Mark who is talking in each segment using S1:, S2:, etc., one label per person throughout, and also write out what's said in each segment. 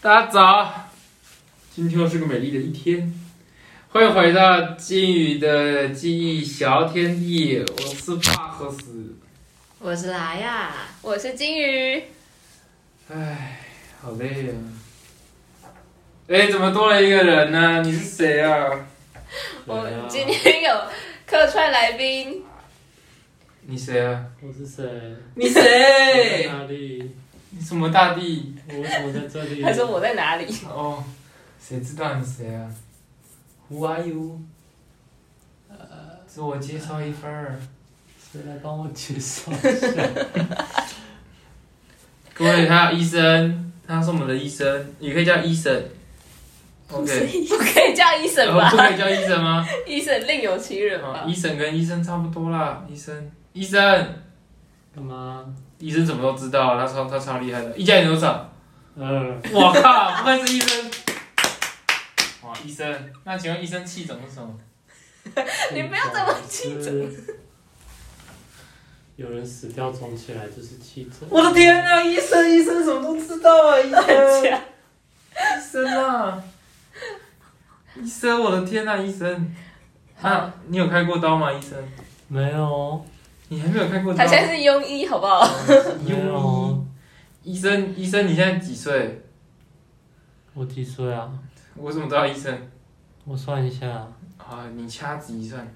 S1: 大家早，今天又是个美丽的一天，欢迎回到金宇的记忆小天地，我是帕克斯。
S2: 我是来呀，
S3: 我是金鱼，
S1: 唉，好累啊！哎，怎么多了一个人呢？你是谁啊？
S3: 我
S4: 啊
S3: 今天有客串来宾，
S1: 你谁啊？
S4: 我是谁？
S1: 你
S4: 我 在
S1: 谁？
S4: 哪里？
S1: 你什么大帝？
S4: 我为什么在这里
S3: 他说我在哪里？
S1: 哦，谁知道你谁啊？
S4: ？Who are you？
S1: 自我介绍一份儿。
S4: 谁来帮我介绍一下？
S1: 各位，他有医生，他是我们的医生，也可以叫医生。OK，
S3: 不可以叫医生
S1: 我
S3: 吧
S1: 不？可以叫医生吗？
S3: 医生另有其人
S1: 啊，
S3: 吧
S1: 医？生跟医生差不多啦，医生，医生，
S4: 干嘛？
S1: 医生怎么都知道，他超他超厉害的，一加一等于多少？
S4: 呃，
S1: 我靠，不愧是医生。哇，医生，那请问医生气种是什么？
S3: 你不要这么
S4: 气
S3: 气
S4: 质。有人死掉肿起来就是气质。
S1: 我的天啊，医生，医生什么都知道啊，医生，
S3: 假
S1: 医生啊，医生，我的天啊，医生，啊，你有开过刀吗，医生？
S4: 没有，
S1: 你还没有开过刀哦
S3: 他？现在是庸医，好不好？
S4: 没有。
S1: 医生，医生，你现在几岁？
S4: 我几岁啊？
S1: 我怎么知道医生？
S4: 我算一下，
S1: 啊，你掐指一算，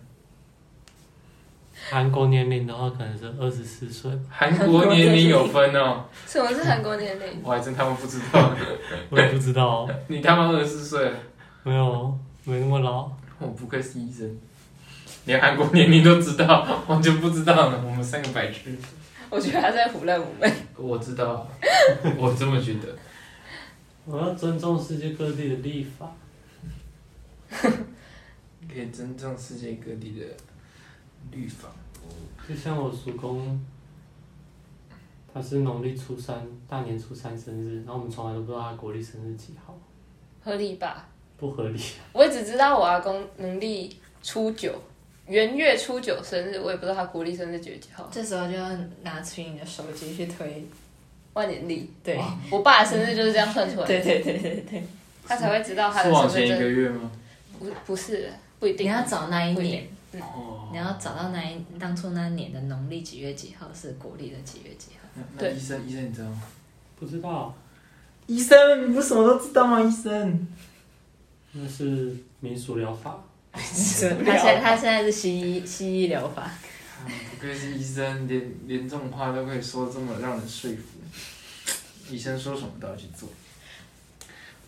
S4: 韩国年龄的话可能是二十四岁，
S1: 韩国年龄有分哦。
S3: 什么是韩国年龄？
S1: 我还真他妈不知道，
S4: 我也不知道，
S1: 你他妈二十四岁，
S4: 没有，没那么老。
S1: 我不愧是医生，连韩国年龄都知道，我就不知道呢。我们三个白痴，
S3: 我觉得他在胡乱我们。
S1: 我知道， 我这么觉得。
S4: 我要尊重世界各地的立法。
S1: 可以尊重世界各地的律法。
S4: 就像我叔公，他是农历初三大年初三生日，然后我们从来都不知道他国历生日几号，
S3: 合理吧？
S4: 不合理。
S3: 我也只知道我阿公农历初九，元月初九生日，我也不知道他国历生日几月几号。
S2: 这时候就拿出你的手机去推，
S3: 万年历，
S2: 对，
S3: 我爸的生日就是这样算出来的，
S2: 对对对对对，
S3: 他才会知道他
S1: 是
S3: 的
S1: 往
S3: 哦身
S1: 前
S3: 份
S1: 一个
S3: 证。
S1: 月吗？
S3: 不，不是，不一
S2: 你
S3: 定。
S2: 要找那一
S3: 不一
S2: 年
S3: 定，
S1: 哦
S2: 你要找到那一当初那年的农历几月几号是国历的几月 几号。
S1: 那那
S3: 对
S1: 医生，医生你知道吗？
S4: 不知道，
S1: 医生，你不是什么都知道吗？医生，
S4: 那是民俗疗法。
S2: 他现在他现在是西医西医疗法，
S1: 不愧嗯是医生，连连这种话都可以说这么让人说服。医生说什么都要去做。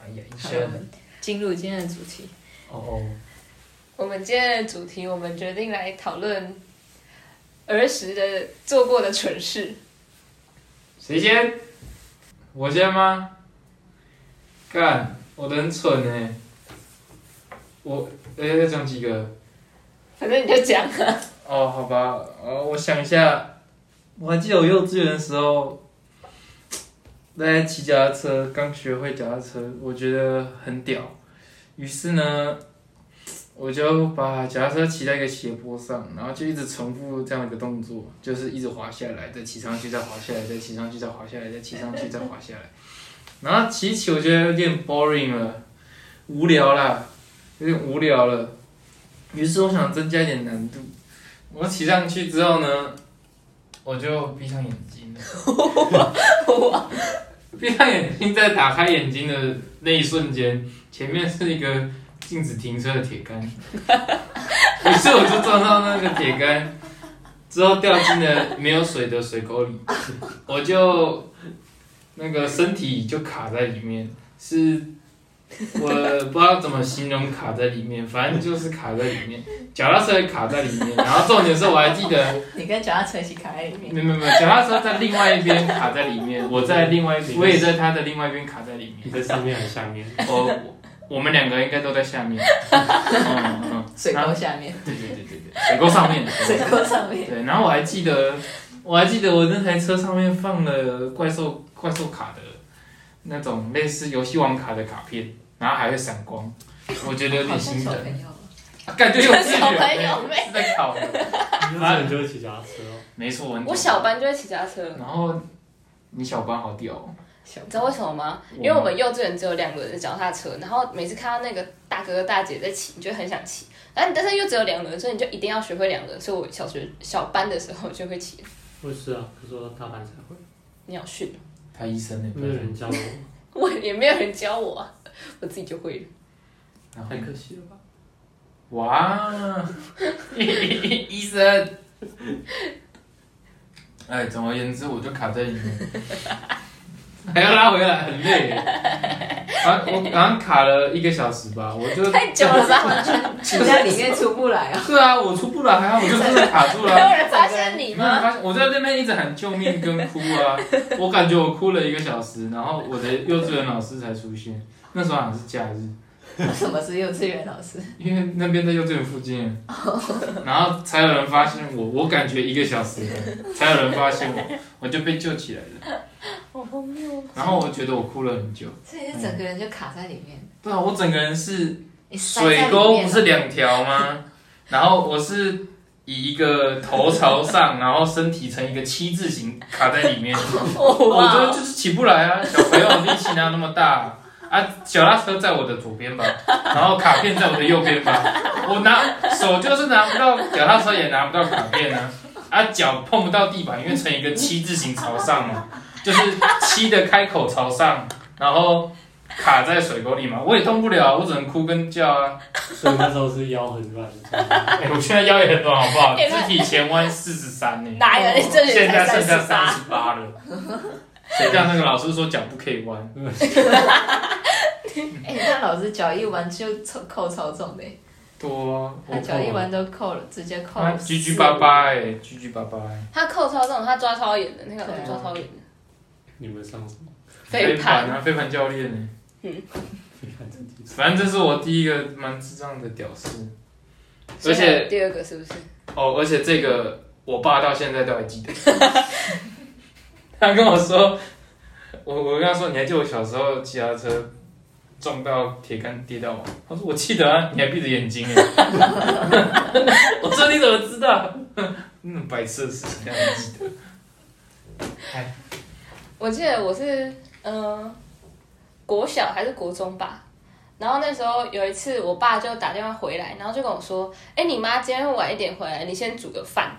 S1: 哎呀，医
S2: 好
S1: 生
S2: 了，进入今天的主题，
S1: 哦哦。
S3: 我们今天的主题，我们决定来讨论儿时的做过的蠢事。
S1: 谁先？我先吗？干，我的很蠢哎、我哎、要讲几个？
S3: 反正你就讲啊，
S1: 哦，好吧，呃，我想一下，我还记得我幼稚园的时候，在骑脚踏车，刚学会脚踏车，我觉得很屌。于是呢，我就把脚踏车骑在一个斜坡上，然后就一直重复这样一个动作，就是一直滑下来，再骑上去，再滑下来，再骑上去，再滑下来，再骑上去，再滑下来。然后骑一骑，我觉得有点 boring 了，无聊啦，有点无聊了。于是我想增加一点难度。我骑上去之后呢，我就闭上眼睛了。闭上眼睛，在打开眼睛的那一瞬间，前面是一个禁止停车的铁杆，于是我就撞上那个铁杆，之后掉进了没有水的水沟里，我就那个身体就卡在里面，是我不知道怎么形容卡在里面，反正就是卡在里面，脚踏车也卡在里面，然后重点是我还记得。
S2: 你跟脚踏车一起卡在里面，
S1: 没没没，脚踏车在另外一边卡在里面，我在另外一边，我也在他的另外一边卡在里
S4: 你
S1: 面。
S4: 在上面还是下 面？
S1: 我我我们两个应该都在下面。嗯嗯，
S2: 水沟下面，
S1: 对对对对对，水沟上面。
S2: 水沟上面，
S1: 对，然后我还记得，我还记得我那台车上面放了怪兽怪兽卡的那种类似游戏王卡的卡片，然后还会闪光，我觉得有
S2: 好
S1: 点
S2: 像
S1: 心
S2: 小
S1: 疼，
S2: 朋友，
S1: 感觉有稚
S3: 小
S1: 园
S3: 朋友
S1: 是在考的，
S4: 你那时候就会骑脚踏车哦。
S1: 没错，很
S3: 我
S1: 懂
S3: 小班就会骑脚踏车，
S1: 然后你小班好屌、哦，
S2: 小
S3: 你知道为什么吗？因为我们幼稚园只有两轮的脚踏车，然后每次看到那个大哥哥大姐在骑，你就很想骑，然后你但是又只有两轮，所以你就一定要学会两轮。所以我小学小班的时候就会骑，
S4: 我也是啊，可是我到大班才会，
S3: 你要训，
S1: 他医生那
S4: 没有
S1: 边，
S4: 人教我，
S3: 我也没有人教我、啊，我自己就会了。
S1: 然后
S4: 太可惜了吧？
S1: 哇， 医生，哎，总而言之，我就卡在里面， 还要拉回来，很累耶。啊，我好像卡了一个小时吧，我 就
S3: 太久了吧？
S2: 你在里面出不来啊！
S1: 是啊，我出不来，还好我就真的卡住
S3: 没
S1: 了啊、
S3: 有人发现你
S1: 你没有
S3: 吗？
S1: 发现我在那边一直喊救命跟哭啊，我感觉我哭了一个小时，然后我的幼稚园老师才出现，那时候好像是假日，
S2: 为什么是幼稚园老师？
S1: 因为那边在幼稚园附 近，然后才有人发现我，我感觉一个小时了，才有人发现我，我就被救起来了，
S3: 好荒谬哦！
S1: 然后我觉得我哭了很久，
S2: 所以是整个人就卡在里面，
S1: 对啊，我整个人是
S2: 你塞在
S1: 水
S2: 里
S1: 沟
S2: 面
S1: 不
S2: 了
S1: 是两条吗？然后我是以一个头朝上，然后身体成一个七字形卡在里面。
S2: 哦
S1: 我觉得
S3: 哇，
S1: 就是起不来啊，小朋友力气哪有那么大啊？啊脚踏车在我的左边吧，然后卡片在我的右边吧，我拿手就是拿不到脚踏车，也拿不到卡片啊，啊，脚碰不到地板，因为成一个七字形朝上嘛，就是七的开口朝上，然后卡在水沟里嘛，我也动不了，我只能哭跟叫啊。
S4: 所以那时候是腰很软的状态，
S1: 哎我现在腰也很软，好不 好？
S3: 哎那
S1: 肢体前弯四十三呢。
S3: 哪有你 这
S1: 现
S3: 人
S1: 在
S3: 才
S1: 剩下
S3: 三十
S1: 三
S3: 八？
S1: 十八了。 谁叫那个老师说脚不可以弯？
S2: 哎、那老师脚一弯就抽扣超重的欸，
S1: 多啊，
S2: 他
S1: 我
S2: 脚一弯都扣了，直接扣
S1: 他
S2: 四
S1: 居居巴巴哎，居居巴巴哎，
S3: 他扣超重，他抓超严的，那个老师
S2: 对啊
S3: 抓超严的。
S4: 你们上什么？
S3: 飞
S1: 盘
S3: 盘
S1: 啊，飞盘教练哎，
S4: 非常正经。
S1: 反正这是我第一个蛮智障的屌丝，而
S3: 所以还
S1: 且
S3: 有第二个是不是？
S1: 哦，而且这个我爸到现在都还记得， 他跟我说，我我跟他说，你还记得我小时候骑脚踏车撞到铁杆跌倒吗？他说我记得啊，你还闭着眼睛哎， 我说你怎么知道？ 嗯，白痴的事情让你记得，
S3: 我记得我是嗯、呃国小还是国中吧，然后那时候有一次我爸就打电话回来，然后就跟我说：“哎、你妈今天会晚一点回来，你先煮个饭，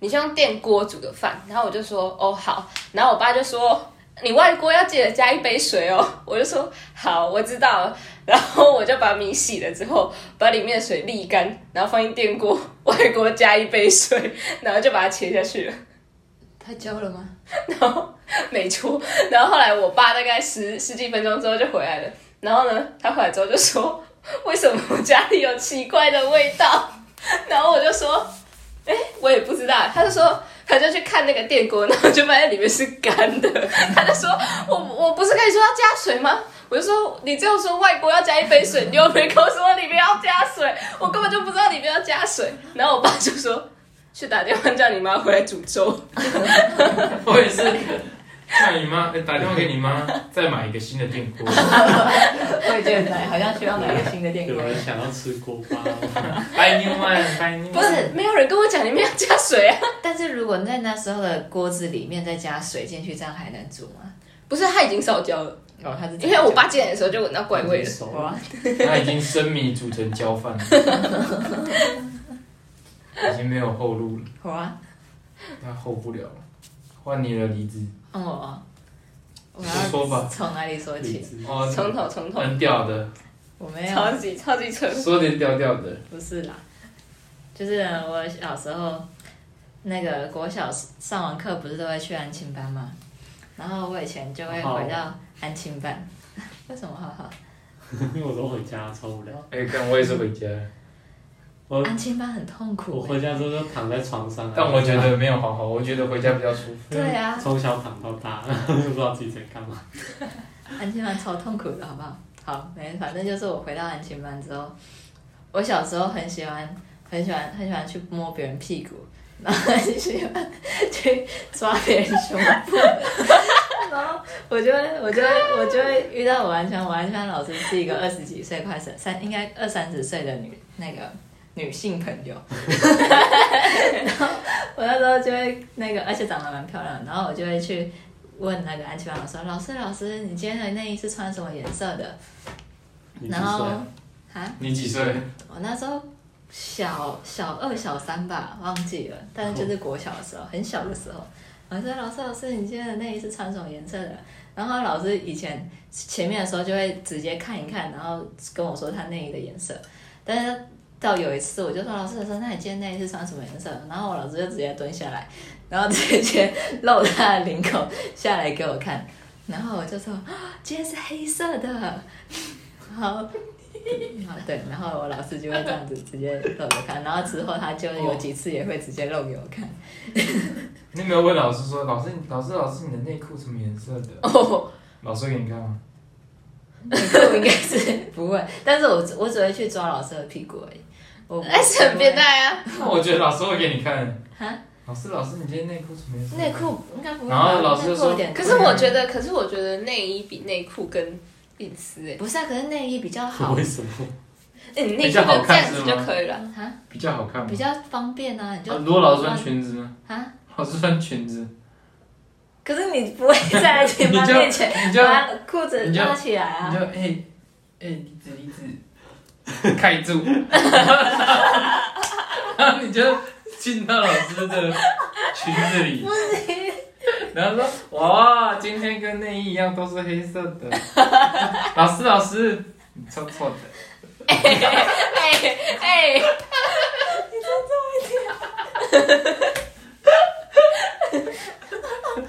S3: 你先用电锅煮个饭。”然后我就说：“哦，好。”然后我爸就说。你外锅要记得加一杯水哦，我就说好，我知道了。然后我就把米洗了之后，把里面的水沥干，然后放进电锅， 外锅加一杯水，然后就把它切下去了。
S2: 他教了吗？
S3: 然后 没出，然后后来我爸大概十十几分钟之后就回来了，然后呢，他回来之后就说，为什么我家里有奇怪的味道？ 然后我就说，哎、我也不知道。他就说，他就去看那个电锅，然后就发现里面是干的。他就说，我我不是跟你说要加水吗？我就说，你只有说外国要加一杯水，你又没跟我说里面要加水，我根本就不知道里面要加水。然后我爸就说，去打电话叫你妈回来煮粥。
S1: 我也是。叫你妈，哎打电话给你妈，再买一个新的电锅。
S2: 我也觉得好像需要买个新的
S1: 哎
S2: 电
S4: 有
S2: 锅。
S4: 人想要吃锅巴，
S1: Buy new one, buy new one。
S3: 不是，没有人跟我讲里面要加水啊。
S2: 但是如果在那时候的锅子里面再加水进去，这样还能煮吗？
S3: 不是，他已经烧焦了，
S2: 哦，他是这
S3: 因
S2: 样
S3: 为
S2: 教
S3: 我爸进来的时候就闻到怪味了。
S4: 熟了。
S2: 哇，
S1: 他已经生米煮成焦饭了， 已经没有后路了，
S2: 哇，
S1: 他后不了了。换你了，梨子。
S2: 哦哦，我
S1: 你说吧
S2: 要从哪里说
S4: 荔
S2: 起？
S4: 枝
S1: 哦，
S3: 从头从头，
S1: 很屌的，
S2: 我没有，啊
S3: 超级超级扯。
S1: 说点屌屌的。
S2: 不是啦，就是我小时候那个国小上完课不是都会去安亲班嘛，然后我以前就会回到安亲班。 为什么浩浩？
S4: 因为我都回家超无聊，
S1: 哎、看我也是 回家，
S4: 我
S2: 安亲班很痛苦
S4: 我
S2: 欸、
S4: 回家之后就躺在床上，啊
S1: 但我觉得没有好好，我觉得回家比较舒服。
S2: 对啊，
S4: 从小躺到大， 不知道自己在干嘛。
S2: 安亲班超痛苦的，好不好？好，没，反正就是我回到安亲班之后，我小时候很喜欢，很喜欢，很喜欢去摸别人屁股，然后很喜欢去抓别人胸部，然后我就会，我就会，我就会遇到我安全，我安全老师是一个二十几岁，快三三，应该二三十岁的女那个女性朋友， 然后我那时候就会那个，而且长得蛮漂亮的，然后我就会去。问那个安琪班老师，老师老师，你今天的内衣是穿什么颜色的？
S4: 你几
S2: 然后
S4: 岁？
S2: 啊，
S1: 你几岁？
S2: 我那时候小小二小三吧，忘记了，但是就是国小的时候，很小的时候。我说老师老师，你今天的内衣是穿什么颜色的？然后老师以前前面的时候就会直接看一看，然后跟我说他内衣的颜色。但是到有一次，我就说老师老师，那你今天内衣是穿什么颜色？然后我老师就直接蹲下来，然后直接露他的领口下来给我看。然后我就说，啊今天是黑色的。 然后啊，对，然后我老师就会这样子直接露给我看，然后之后他就有几次也会直接露给我看。
S1: 你有没有问老师说，老师老师老师，你的内裤什么颜色的？
S3: 哦，
S1: 老师给你看吗？
S2: 我应该是不会，但是我只我只会去抓老师的屁股而已。我
S3: 哎，是很变态啊！
S1: 那
S2: 哦
S1: 我觉得老师会给你看。
S2: 哈，
S1: 老师老师，你今天内裤什么颜色？
S2: 内。裤应该不会吧。
S1: 然后老师
S2: 内裤
S1: 说
S2: 有点，
S3: 可是我觉得，可是我觉得内衣比内裤更隐私哎，
S2: 不是啊，可是内衣比较好
S4: 为什么？
S3: 哎你内
S1: 比
S3: 裤
S1: 较好
S3: 就这
S1: 看
S3: 样子
S1: 是
S3: 就
S1: 吗
S3: 可以了。
S2: 啊，
S1: 比较好看吗
S2: 比？较方便啊，你就
S1: 啊如果老师穿裙子呢？
S2: 啊。
S1: 老师穿裙子，
S2: 可是你不会在你妈
S1: 你就
S2: 面前
S1: 你就
S2: 把裤子
S1: 你就
S2: 拉起来
S1: 你
S2: 啊！
S1: 就哎哎，离子离子，开住，然后你就进到老师的裙子里，然后说哇，今天跟内衣一样都是黑色的，老师老师，你臭臭的，
S3: 哎哎，你尊重一点。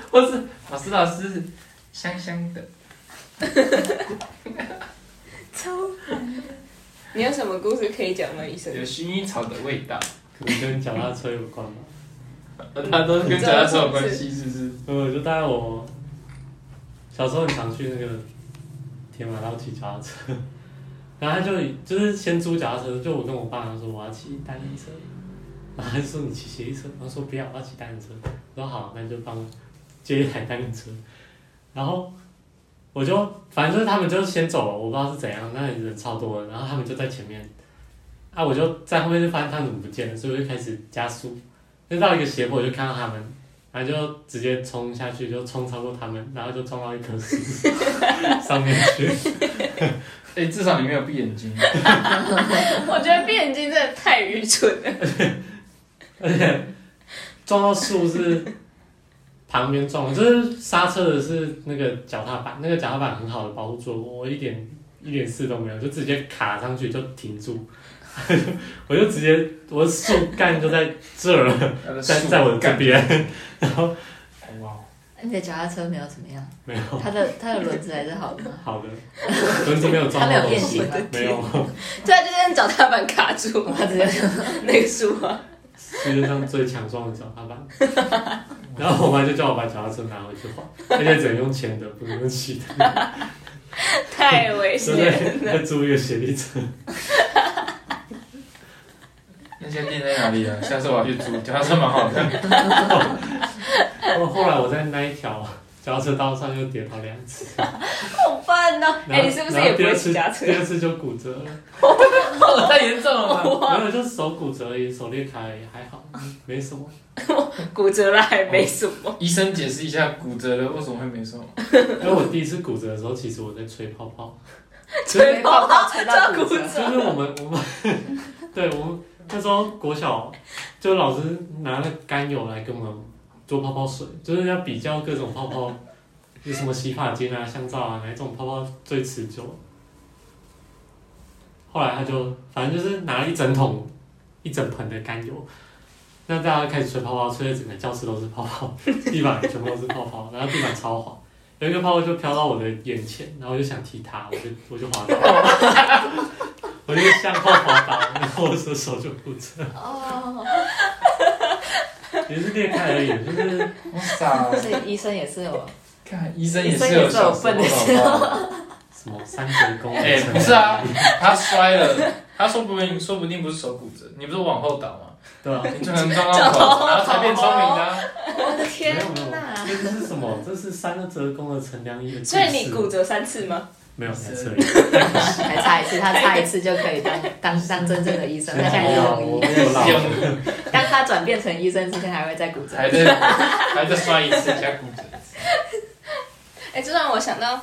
S1: 或是老师老师香香的，
S3: 你有什么故事可以讲吗，医生
S1: 有？薰衣草的味道，
S4: 可能跟脚踏车有关吧。
S1: 它都是跟脚踏车有关系，是不是？
S4: 我就大概我小时候很常去那个铁马道骑脚踏车，然后他就就是先租脚踏车，就我跟我爸他说我要骑单轮车，然后他就说你骑斜力车，然后说不要，我要骑单轮车，我说好，那就帮我借一台单轮车，然后我就反正就是他们就先走了，我不知道是怎样，那里人超多的，然后他们就在前面，啊，我就在后面就发现他们怎么不见了，所以我就开始加速，就到一个斜坡我就看到他们。然后就直接冲下去，就冲超过他们，然后就撞到一棵树 上面去。
S1: 哎，至少你没有闭眼睛，
S3: 我觉得闭眼睛真的太愚蠢了。
S4: 而且撞到树是旁边撞，就是刹车的是那个脚踏板，那个脚踏板很好的保护住我，我一点一点事都没有，就直接卡上去就停住， 我就直接我的树干就在这儿了，
S1: 它的
S4: 在
S1: 树
S4: 在我这
S1: 干，
S4: 边，然后
S1: 哇。
S2: 你的脚踏车没有怎么样，
S4: 没有
S2: 它的它的轮子还是好的吗？
S4: 好的，轮子没有撞
S2: 它没有
S4: 到东
S2: 变
S4: 西
S2: 形吗，
S4: 没有，
S3: 对啊，就是用脚踏板卡住
S2: 我直接
S3: 那个树啊。
S4: 世界上最强壮的脚踏板。 然后我妈就叫我把脚踏车拿回去还，而且只能用钱的，不能用骑 的，
S3: 太危
S4: 所
S3: 险
S4: 以
S3: 了。
S4: 再租一个斜力车。
S1: 那家店在哪里啊？下次我要去租，脚踏车蛮好的。
S4: 后后来我在那一条脚踏车道上又跌倒两次，
S3: 好烦哦！
S4: 然
S3: 哎，
S4: 后
S3: 你是不是
S4: 然
S3: 也不
S4: 后第二
S3: 会
S4: 次
S3: 骑脚踏车
S4: 第？二次就骨 折了，
S1: 哦太严重了吧？
S4: 没有就手骨折而已，手裂开而已还好，嗯没什么。
S3: 骨折了还没什么。
S1: 哦医生解释一下骨折了为什么会没手？
S4: 因为我第一次骨折的时候，其实我在吹泡泡，
S3: 吹泡泡
S2: 吹
S3: 到
S2: 到
S3: 骨
S2: 骨
S3: 折
S2: 折，
S4: 就是我们我们，对我们那时候国小，就老师拿了甘油来给我们做泡泡水，就是要比较各种泡泡，有什么洗发精啊、香皂啊，哪一种泡泡最持久。后来他就反正就是拿了一整桶、一整盆的甘油，那大家开始吹泡泡，吹的整个教室都是泡泡，地板全部都是泡泡，然后地板超滑，有一个泡泡就飘到我的眼前，然后我就想踢它，我就我就滑倒。我就向后滑倒，然后我的手就骨折，
S2: 哦，
S4: 也是裂开而已，就是
S1: 我傻了，
S2: 所以医生也是有
S1: 看哦医生也是有小时候
S2: 医生也是有笨的时
S1: 好不 好
S4: 什么三折弓。
S1: 哎、不是啊，他摔了，他说不定说不定不是手骨折，你不是往后倒吗？
S4: 对啊，
S1: 你就可能撞到头，然后才变聪明的啊、
S2: 我的
S4: 没
S2: 天
S4: 有没有，
S2: 哪！
S4: 这是什么？这是三个折弓的乘凉衣的故事。
S3: 所以你骨折三次吗？
S4: 没有才这
S2: 还差一次，他差一次就可以 当当当真正的医生，他现在是
S4: 我
S2: 庸
S4: 我
S2: 医。
S4: 我老了，
S2: 当他转变成医生之前，还会再骨折。
S1: 还在还在摔一次加骨折，
S3: 哎，这让我想到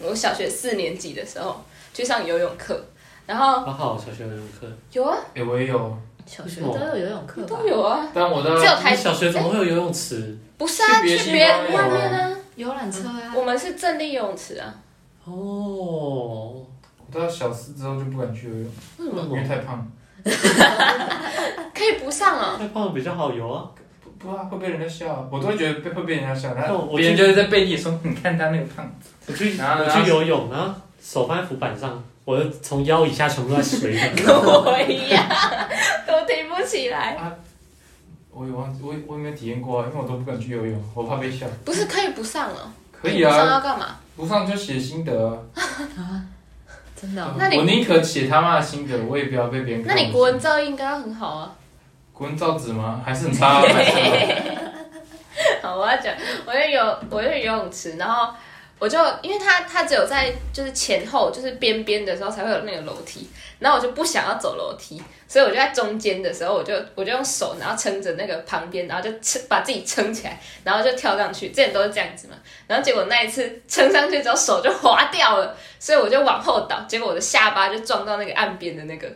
S3: 我小学四年级的时候去上游泳课，然后
S4: 我哦好小学游泳课，
S3: 有啊，
S1: 哎、我也有，
S2: 小学都有游泳课吧
S3: 都？有啊，
S1: 但我
S3: 只有
S1: 的
S3: 台
S4: 你小学怎么会有游泳池？
S3: 不是啊，
S1: 去别
S3: 去
S1: 地
S3: 别
S1: 方
S3: 外
S1: 有
S3: 面啊，
S2: 游览车啊
S3: 我，们是正立泳池啊，
S4: 哦，
S1: 我到小四之后就不敢去游泳，
S4: 为什
S1: 因为
S4: 么？
S1: 太胖了。
S3: 可以不上啊，
S4: 太胖了比较好游啊。
S1: 不不啊，会被人家笑啊，我都会觉得被会被人家笑，然
S4: 那
S1: 后
S4: 我
S1: 别人
S4: 去
S1: 就是在背地说，你嗯看他那个胖子，
S4: 我去
S1: 然后
S4: 我
S1: 然后
S4: 去游泳，然后手放在浮板上，我的从腰以下全部都在水 里。
S3: 跟我一样，都挺不起来。
S1: 我也忘记我也我也没有体验过啊，因为我都不敢去游泳，我怕被笑。
S3: 不是可以不上啊？
S1: 可以
S3: 不上
S1: 啊，
S3: 要干嘛？
S1: 不上就写心得啊、
S2: 真的哦。
S3: 那你
S1: 我宁可写他妈的心得，我也不要被别人看
S3: 那
S1: 我心。
S3: 你国文造诣应该要很好啊。
S1: 国文造纸吗？还是很差、啊？白 痴啊
S3: 好，我要讲，我就游，我就游泳池，然后我就因为它它只有在就是前后就是边边的时候才会有那个楼梯，然后我就不想要走楼梯，所以我就在中间的时候，我就我就用手然后撑着那个旁边，然后就撑把自己撑起来，然后就跳上去，之前都是这样子嘛，然后结果那一次撑上去之后手就滑掉了，所以我就往后倒，结果我的下巴就撞到那个岸边的那个。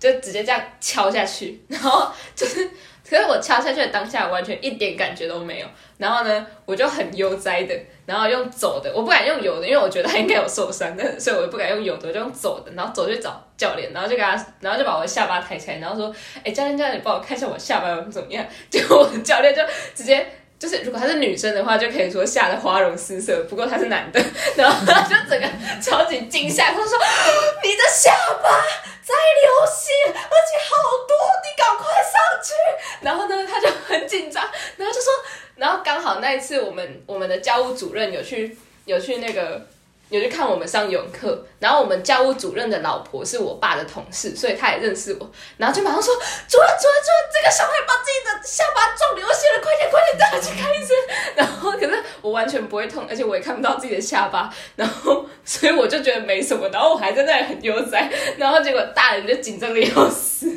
S3: 就直接这样敲下去，然后就是，可是我敲下去的当下完全一点感觉都没有，然后呢，我就很悠哉的，然后用走的，我不敢用游的，因为我觉得他应该有受伤，但所以我不敢用游的，我就用走的，然后走去找教练，然后就给他，然后就把我的下巴抬起来，然后说，哎、教练教练，你帮我看一下我下巴怎么样？ 结果我的教练就直接。就是如果他是女生的话，就可以说吓得花容失色。不过他是男的，然后他就整个超级惊吓，他说：“啊你的下巴在流血，而且好多，你赶快上去。” 然后呢，他就很紧张，然后就说，然后刚好那一次我们我们的教务主任有去有去那个有去看我们上游泳课，然后我们教务主任的老婆是我爸的同事，所以他也认识我，然后就马上说主任主任主任，这个小孩把自己的下巴撞流血了，快点快点带他去看医生。然后可是我完全不会痛，而且我也看不到自己的下巴，然后所以我就觉得没什么，然后我还在那里很悠哉，然后结果大人就紧张的要死，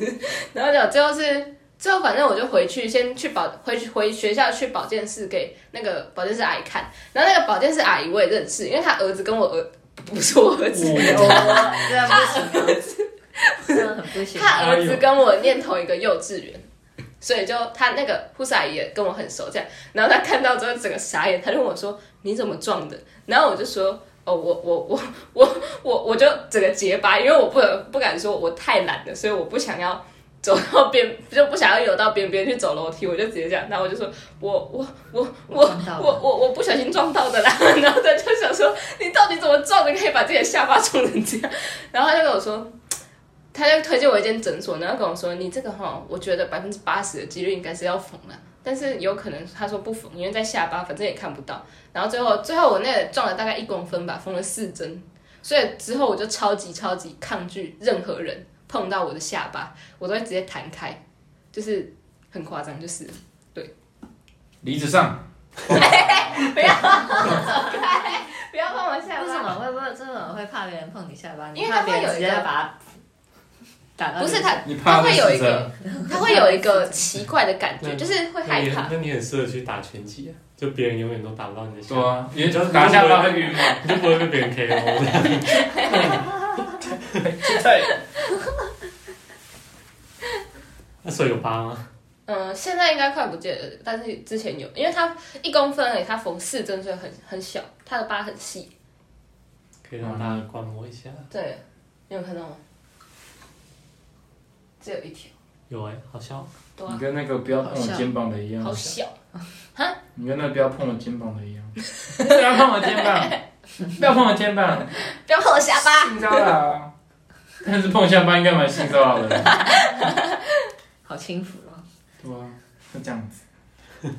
S3: 然后讲最后是。最后反正我就回去，先去保回去回学校去保健室给那个保健室阿姨看，然后那个保健室阿姨我也认识，因为她儿子跟我儿不是我儿子，
S2: 哦，这样不 行啊，这样很不行。
S3: 他儿子跟我念同一个幼稚园，所以就他那个护士阿姨也跟我很熟，这样。然后他看到之后整个傻眼，他就问我说：“你怎么撞的？”然后我就说：“哦，我我我我我我就整个结巴，因为我不能不敢说我太懒了，所以我不想要。”走到边就不想要游到边边去走楼梯，我就直接这样，然后我就说，我我我我
S2: 撞到了
S3: 我我我不小心撞到的啦， 然后他就想说，你到底怎么撞的，可以把自己的下巴撞成这样？然后他就跟我说，他就推荐我一间诊所，然后跟我说：“你这个哈，我觉得百分之八十的几率应该是要缝了，但是有可能他说不缝，因为在下巴，反正也看不到。”然后最后最后我那个撞了大概一公分吧，缝了四针，所以之后我就超级超级抗拒任何人碰到我的下巴，我都会直接弹开，就是很夸张，就是
S1: 离子上，
S3: 不要碰我下
S2: 为什
S3: 巴。
S2: 么会不会这种会怕别人碰你下巴？
S3: 因为
S2: 你
S3: 他
S2: 怕
S3: 会
S2: 别
S3: 有一个
S2: 人直接 把它打到
S3: 不
S2: 你
S3: 是他，
S1: 你
S3: 他
S1: 怕
S3: 会
S1: 被
S3: 有一
S1: 指责
S3: 个，他会有一个奇怪的感觉，就是会
S4: 那
S3: 害
S4: 你
S3: 怕。
S4: 那你很适合去打拳击啊，就别人永远都打不到你的下
S1: 对
S4: 巴，
S1: 啊，因为打下巴会晕嘛。
S4: 你 就不会被别人 KO 的。
S1: 对，
S4: 那所以有疤吗？
S3: 嗯，现在应该快不见了，但是之前有，因为它一公分而已，它缝四针，所以很很小，它的疤很细。
S4: 可以让大
S1: 嗯
S4: 家观摩一下。
S3: 对，你有看到吗？只有一条，
S4: 有哎、好 笑。
S3: 对
S1: 你
S3: 啊，
S1: 跟那个不要碰我肩膀的一样
S3: 好，小。
S1: 你跟那个不要碰我肩膀的一样， 不要碰我肩膀，不要碰我肩膀，
S3: 不要碰我下巴。
S1: 性骚扰。但是碰下巴应该蛮性骚扰的，
S2: 好轻浮哦。
S1: 对啊，就这样子，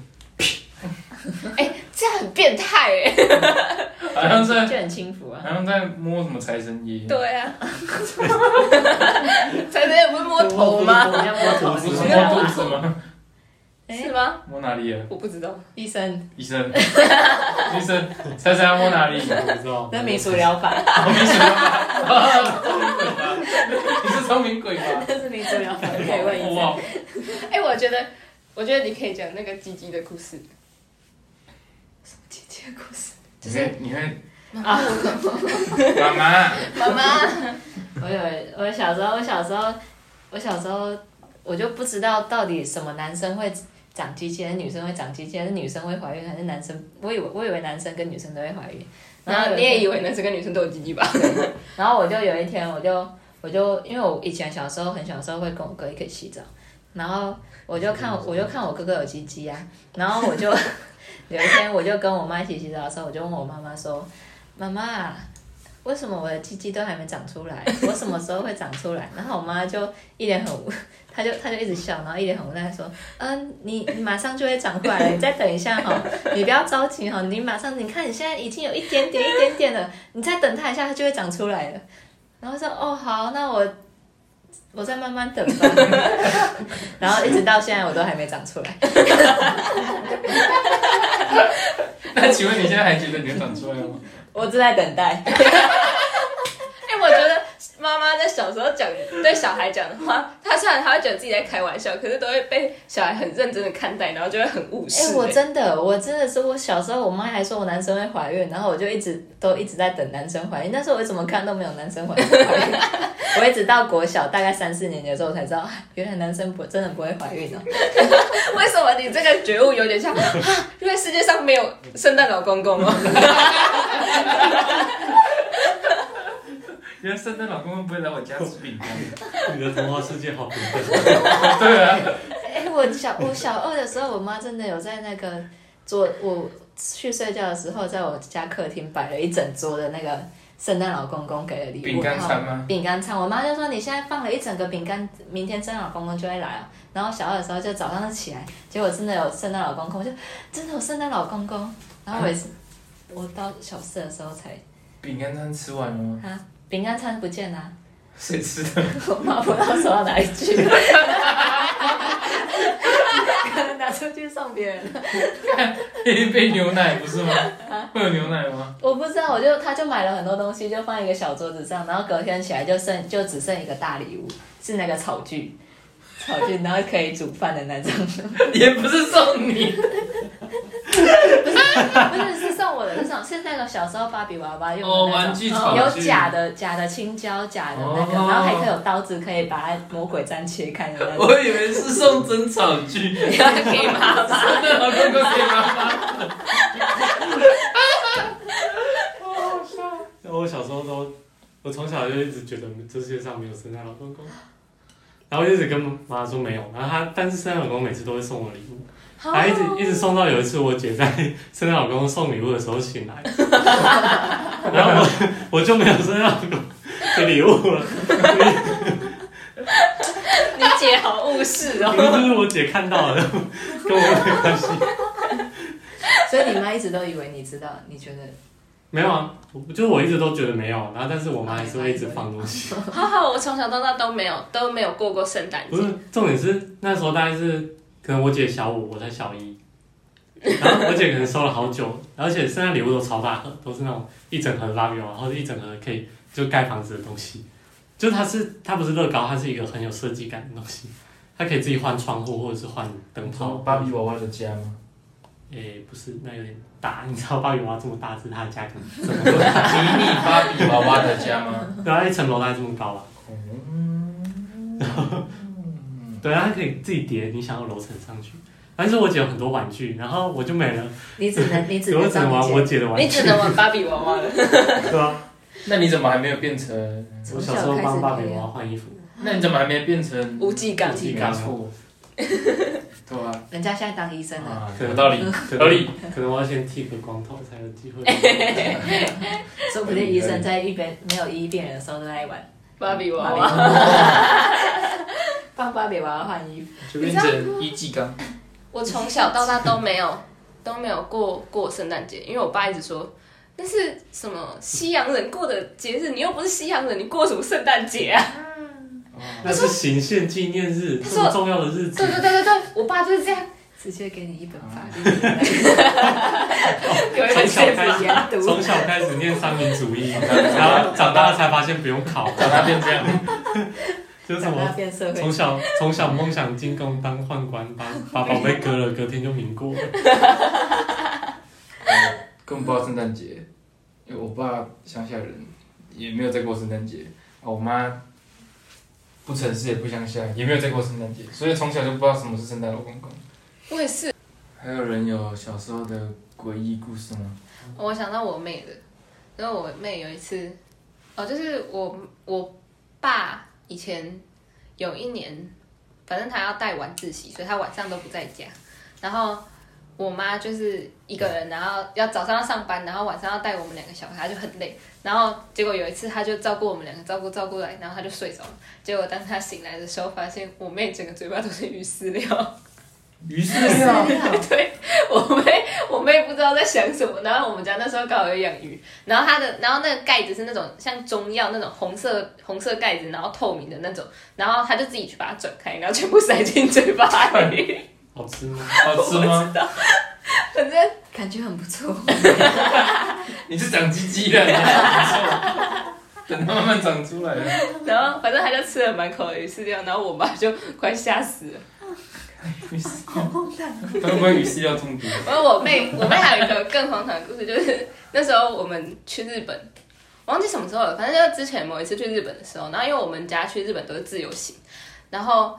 S3: 哎、这样很变态哎、
S1: 好像在
S2: 就很轻浮啊。
S1: 好像在摸什么财神爷。
S3: 对 啊，才能也不是摸头吗？
S2: 人家摸头
S4: 我
S1: 不
S4: 不
S1: 是
S4: 知
S1: 摸
S4: 道
S1: 肚子吗？
S2: 哎
S3: 是，吗？
S1: 摸哪里啊？
S3: 我不知道。
S2: 医生，
S1: 医生， 医生，猜猜要摸哪里？
S4: 我不知道。
S2: 那民俗疗 法，
S1: 我没想到，你是聪明鬼吧？
S2: 这是民俗疗法，
S1: 你
S2: 可
S1: 是聪明鬼吧？
S2: 以问医生。
S1: 哇，
S3: 哎、我觉得，我觉得你可以讲那个鸡鸡的故事。
S2: 姐姐的故事，
S3: 就是
S1: 你会
S2: 啊，
S1: 你会妈妈，
S3: 妈妈，
S2: 我有，我小时候，我小时候，我小时候，我就不知道到底什么男生会长鸡鸡，还是女生会长鸡鸡，还是女生会怀孕，还是男生，我以为我以为男生跟女生都会怀孕，
S3: 然后
S2: 有一
S3: 你
S2: 天
S3: 也以为男生跟女生都有鸡鸡吧？
S2: 然后我就有一天，我就我就因为我以前小时候很小时候会跟我哥一起洗澡，然后我就看我就看我哥哥有鸡鸡啊，然后我就有一天我就跟我妈一起洗澡的时候，我就问我妈妈说：“妈妈，为什么我的鸡鸡都还没长出来？我什么时候会长出来？”然后我妈就一脸很无，她就她就一直笑，然后一脸很无奈地说：“嗯，你你马上就会长出来了，你再等一下哈、你不要着急哈、你马上你看你现在已经有一点点一点点了，你再等它一下，它就会长出来了。”然后说：“哦，好，那我我再慢慢等吧。” 然后一直到现在我都还没长出来，
S1: 那请问你现在还觉得你会长出来吗？
S2: 我正在等待。
S3: 哎、我觉得妈妈在小时候讲对小孩讲的话，她虽然她会觉得自己在开玩笑，可是都会被小孩很认真的看待，然后就会很务
S2: 哎、
S3: 实、
S2: 我真的，我真的是，我小时候我妈还说我男生会怀孕，然后我就一直都一直在等男生怀孕，但是我怎么看都没有男生怀孕。 我一直到国小大概三四年级的时候我才知道，啊原来男生不真的不会怀孕哦。
S3: 为什么你这个觉悟有点像？ 啊因为世界上没有圣诞老公公 哦。
S1: 原来圣诞老公公不会来我家吃饼干。
S4: 你的童话世界好平淡。
S1: 对啊，
S2: 哎、我小我小二的时候，我妈真的有在那个桌，我去睡觉的时候，在我家客厅摆了一整桌的那个圣诞老公公给的礼物，
S1: 饼干餐吗？
S2: 饼干餐，我妈就说你现在放了一整个饼干，明天圣诞老公公就会来了。然后小二的时候就早上就起来，结果真的有圣诞老公公，我就真的有圣诞老公公。然后我也是，我到小四的时候才
S1: 饼干餐吃完了吗？
S2: 啊，饼干餐不见了、啊，
S1: 谁吃的？
S2: 我妈不知道说到哪里去 了，可能拿出去送别人了。
S1: 一杯牛奶不是吗？会有牛奶吗？
S2: 我不知道，我就他就买了很多东西，就放一个小桌子上，然后隔天起来就剩就只剩一个大礼物，是那个草具，草具，然后可以煮饭的那 种。
S1: 也不是送你，
S2: 不是，是送我的那种，是那个小时候芭比娃娃用
S1: 哦
S2: 的那
S1: 玩具
S2: 种，
S1: 草具
S2: 有假的假的青椒，假的那个，
S1: 哦
S2: 然后还可以有刀子，可以把它魔鬼毡切开的 那种。
S1: 我以为是送真草剧。
S3: 你要给妈妈，
S1: 圣诞老公公给妈妈。
S4: 我小时候都，我从小就一直觉得这世界上没有圣诞老公公，然后一直跟妈说没有，然后她但是圣诞老公公每次都会送我礼物，她一直
S1: 哦
S4: 一直送到有一次我姐在圣诞老公公送礼物的时候醒来， 然后我 我就没有圣诞老公公的礼物了，
S3: 你姐好务实
S4: 因为
S3: 哦。
S4: 这是我姐看到的， 跟我没关系。
S2: 所以你妈一直都以为你知道，你觉得
S4: 没有啊，我就是我一直都觉得没有，然后但是我妈还是会一直放东西。
S3: 好好，我从小到大都没有都没有过过圣诞
S4: 不
S3: 节
S4: 是，，重点是那时候大概是可能我姐小五，我才小一，然后我姐可能收了好久，而且圣诞礼物都超大盒，都是那种一整盒的芭比娃娃，或者一整盒可以就盖房子的东西。就它是它不是乐高，它是一个很有设计感的东西，它可以自己换窗户或者是换灯泡。
S1: 哦芭比娃娃的家吗？
S4: 诶、哎不是，那有点大，你知道芭比娃娃这么大，是它的家可能这么
S1: 迷你芭比娃娃的家吗？
S2: 嗯
S4: 对啊，一层楼大概这么高吧。
S1: 嗯
S2: 嗯
S4: 对啊，它可以自己叠你想要楼层上去。但是我姐有很多玩具，然后我就没了，
S2: 你只能你只
S4: 我
S2: 能
S4: 只能
S2: 当
S4: 玩我
S2: 姐。
S4: 姐的
S3: 你
S4: 玩具
S2: 哎
S3: 只，能玩芭比娃娃了。
S4: 对啊。
S1: 那你怎么还没有变成？
S2: 从
S4: 我小时候
S2: 开始
S4: 帮芭比
S2: 就有
S4: 娃娃换衣服，
S1: 那你怎么还没变成
S3: 无忌感
S1: 无忌感错？对吧？
S2: 人家现在当医生了，
S1: 啊，有道理，有道理。
S4: 可能我要先剃个光头才有机会。
S2: 说不定医生在一边没有医病人的时候都在玩，
S3: 芭比娃
S2: 芭比
S3: 娃，
S2: 娃帮芭比娃娃换衣服。
S1: 嗯就变成一季刚，
S3: 我从小到大都没有 都没有过过圣诞节，因为我爸一直说那是什么西洋人过的节日，你又不是西洋人，你过什么圣诞节啊？
S4: 那是行宪纪念日，
S3: 他
S4: 这
S3: 说
S4: 么重要的日
S3: 对
S4: 子，
S3: 对对对对，我爸就是这样，
S2: 直接给你一本法律，
S3: 有一本
S4: 从小
S3: 宪
S4: 开
S3: 法。
S4: 始
S2: 研读。
S4: 从小开始念三民主义，然后长大了才发现不用考，
S1: 长大变这 样，
S4: 就是什
S2: 长
S4: 么
S2: 大变社会
S4: 从小从小梦想进贡当宦官，把把宝贝割了，隔天就民国了。
S1: 根本不知道圣诞节，因为我爸乡下人也没有在过圣诞节，啊，我妈不城市也不乡下，也没有在过圣诞节，所以从小就不知道什么是圣诞老公公。
S3: 我也是，
S1: 还有人有小时候的诡异故事吗？
S3: 我想到我妹的，然后我妹有一次，哦，就是我我爸以前有一年，反正他要带晚自习，所以他晚上都不在家。然后我妈就是一个人，然后要早上要上班，然后晚上要带我们两个小孩，她就很累。然后结果有一次，她就照顾我们两个，照顾照顾来，然后她就睡着了。结果当她醒来的时候，发现我妹整个嘴巴都是鱼饲料。
S1: 于是
S2: 饲料
S3: 对我妹，我妹不知道在想什么。然后我们家那时候刚好有养鱼，然后它的，然后那个盖子是那种像中药那种红色红色盖子，然后透明的那种，然后她就自己去把它转开，然后全部塞进嘴巴里。
S4: 好吃吗？
S1: 好吃哦吗？
S3: 反正
S2: 感觉很不错。
S1: 你是长鸡鸡啊了，你还不错，等它慢慢长出来啊了。
S3: 然后反正他就吃了满口的鱼饲料，然后我妈就快吓死了。
S1: 鱼饲
S2: 好荒诞哦！
S1: 会不会鱼饲料中毒？
S3: 然后我妹，我妹还有一个更荒唐的故事，就是那时候我们去日本，我忘记什么时候了，反正就是之前某一次去日本的时候，然后因为我们家去日本都是自由行，然后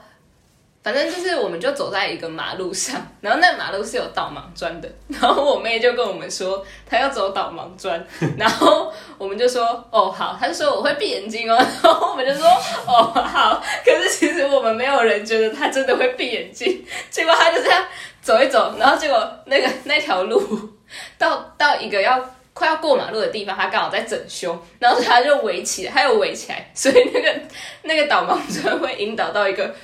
S3: 反正就是我们就走在一个马路上， 然后那马路是有导盲砖的，然后我妹就跟我们说她要走导盲砖， 然后我们就说哦好，她就说我会闭眼睛哦， 然后我们就说哦好，可是其实我们没有人觉得她真的会闭眼睛，结果她就这样走一走，然后结果那个那条路到到一个要快要过马路的地方，他刚好在整修，然后他就围起来，他有围起来，所以那个 那个导盲砖会引导到一个。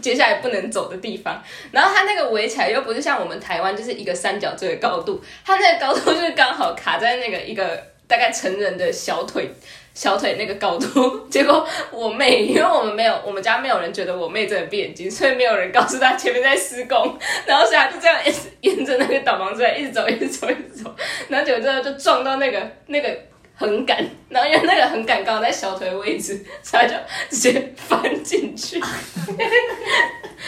S3: 接下来不能走的地方，然后他那个围起来又不是像我们台湾就是一个三角锥的高度，他那个高度就是刚好卡在那个一个大概成人的小腿 小腿那个高度。结果我妹，因为我们没有我们家没有人觉得我妹真的闭眼睛，所以没有人告诉她前面在施工，然后所以他就这样一直沿着那个导盲砖一直走，一直走，一直走，然后结果最后就撞到那个那个横杆，然后因为那个横杆刚好在小腿位置，所以他就直接翻进去，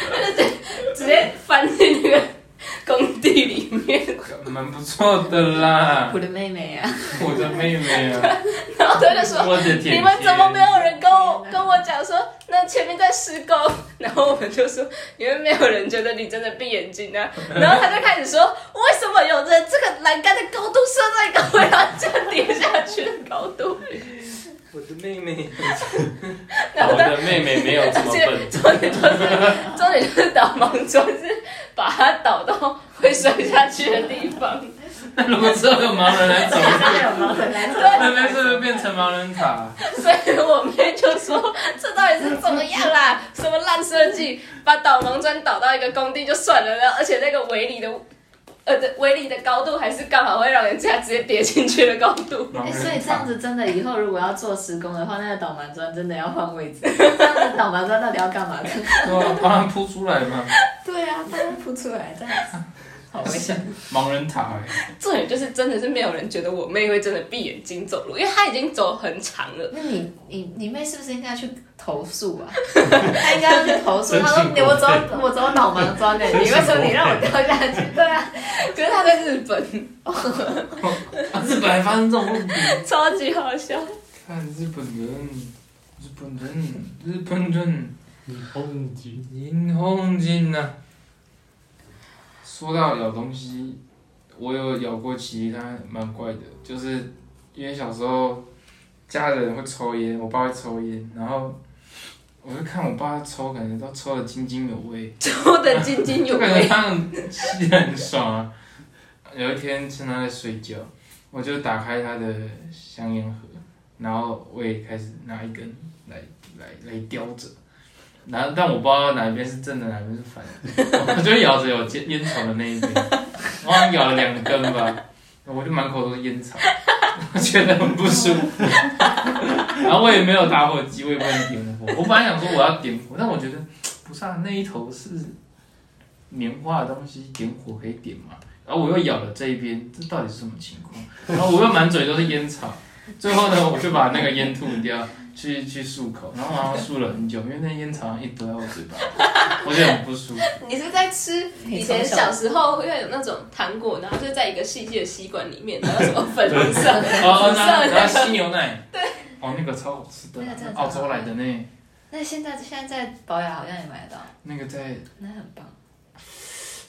S3: 他就直接直接翻进那个工地里面，
S1: 蛮不错的啦
S2: 我，的妹妹啊，
S1: 我的妹妹啊，
S3: 然后他就说。
S1: 我的姐姐，
S3: 你们怎么没有人跟我跟我讲说，那前面在施工？ 然后我们就说，因为没有人觉得你真的闭眼睛 啊。然后他就开始说，为什么有人这个栏杆的高度设在一个会让人跌下去的高度？
S1: 我的妹妹， 啊
S3: 然
S4: 我
S3: 后他
S4: 的妹妹没有这
S3: 而
S4: 么
S3: 且
S4: 笨，
S3: 重点就是重点就是导盲砖是把它导到会摔下去的地方。
S1: 那 如果只有盲人来走，
S2: 真的有吗？很难
S3: 对
S1: 那边是不是变成盲人塔？
S3: 所以我妹就说：“这到底是怎么样啦？什么烂设计，把导盲砖导到一个工地就算了，然后而且那个围篱的，呃，对围篱的高度还是刚好会让人家直接跌进去的高度。
S1: 盲
S2: 哎、
S1: 人塔
S2: 所以这样子真的，以后如果要做施工的话，那个导盲砖真的要换 位置。这样子导盲砖到底要干嘛的？
S1: 对啊，把它扑出来嘛，
S2: 对啊，把它铺出来，这样子好危险。
S1: 盲人塔欸，
S3: 重点就是真的是没有人觉得我妹会真的闭眼睛走路，因为她已经走很长了。
S2: 那你你你妹是不是应该去投诉 啊？她应该要去投诉。
S4: 申请
S2: 她说你我走我走导盲砖的，你为什么你让我掉下去？对啊，
S3: 可是她在日本，
S1: 啊日本还发生这种问题，
S3: 超级好笑。
S1: 看日本人，日本人，日本人。
S4: 你忘记
S1: 银红金呐、说到咬东西，我有咬过其他蛮怪的，就是因为小时候家人会抽烟，我爸会抽烟，然后我就看我爸抽，感觉都抽的津津有味，
S3: 抽的津津有
S1: 就感觉
S3: 味，
S1: 他很吸的很爽啊。有一天趁他在睡觉，我就打开他的香烟盒，然后我也开始拿一根来来来叼着，然后但我不知道哪一边是正的，哪一边是反的，我就咬着有烟烟草的那一边，我好像咬了两根吧，我就满口都是烟草，我觉得很不舒服。然后我也没有打火机，我也不能点火。我本来想说我要点火，但我觉得不是啊，那一头是棉花的东西，点火可以点嘛。然后我又咬了这一边，这到底是什么情况？然后我又满嘴都是烟草，最后呢，我就把那个烟吐掉，去去漱口，然后好像漱了很久，因为那烟草一堵在我嘴巴，我就很不舒服。
S3: 你是在吃
S2: 你
S3: 以前
S2: 从小
S3: 小时候会有那种糖果，然后就在一个细细的吸管里面，然后什么粉红色、
S1: 哦，
S3: 紫
S1: 那
S3: 色
S1: 然后
S3: 的，
S1: 稀牛奶，对，哦，那个超好吃的
S2: 那个真的，超
S1: 澳
S2: 好吃
S1: 洲来的呢，
S2: 那现在现在在保养好像也买得到，
S1: 那个在
S2: 那很棒，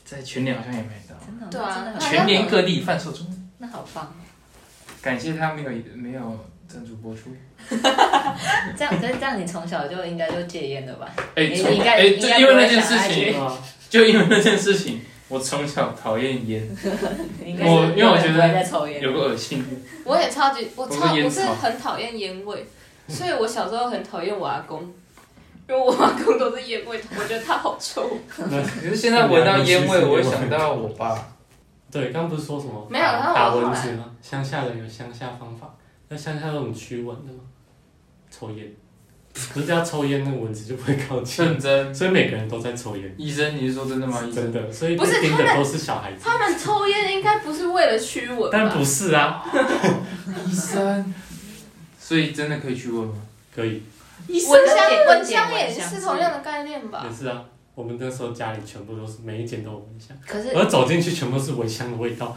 S1: 在全联好像也买到，
S2: 真的，
S3: 对啊
S2: 真的很
S3: 那
S1: 全
S2: 棒，
S1: 联各地贩售中。
S2: 那好棒。
S1: 感谢他没有没有赞助播出。
S2: 这样，可是这样你从小就应该就戒烟了吧？
S1: 哎、
S2: 你
S1: 从
S2: 你应该
S1: 哎，
S2: 你应该
S1: 就因为那件事
S2: 不会想
S3: 哎
S2: 下去
S1: 情，
S4: 对啊，
S1: 就因为那件事情，我从小讨厌烟。
S2: 你应该是
S1: 我因为我觉得
S2: 不会再抽烟
S1: 有
S2: 了。
S1: 个恶心，
S3: 我也超级，我超
S1: 我是烟
S3: 我
S1: 草
S3: 是很讨厌烟味，所以我小时候很讨厌我阿公，因为我阿公都是烟味，我觉得他好臭。
S4: 那
S1: 可是现在闻到烟味，我会想到我爸。
S4: 对，刚不是说什么
S3: 没有然后我
S4: 打
S3: 后
S4: 蚊
S3: 来
S4: 子吗？乡下人有乡下方法，那乡下那种驱蚊的吗？抽烟，可是只要抽烟，那蚊子就不会靠 近，
S1: 认真，
S4: 所以每个人都在抽烟，
S1: 医生，你是说真的吗？医
S4: 真
S1: 生，
S4: 的，所以
S3: 不是
S4: 被叮的
S3: 他
S4: 都是小孩子，
S3: 他们抽烟应该不是为了驱蚊
S4: 但
S3: 吧？
S4: 不是啊，
S1: 医生，所以真的可以去问吗？
S4: 可以
S3: 蚊
S2: 蚊
S3: 香
S2: 点
S3: 蚊香
S2: 蚊
S3: 也
S2: 香
S3: 是同样的概念吧
S4: 也？是啊，我们那时候家里全部都是每一间都有蚊香，
S2: 可是
S4: 我走进去全部是蚊香的味道，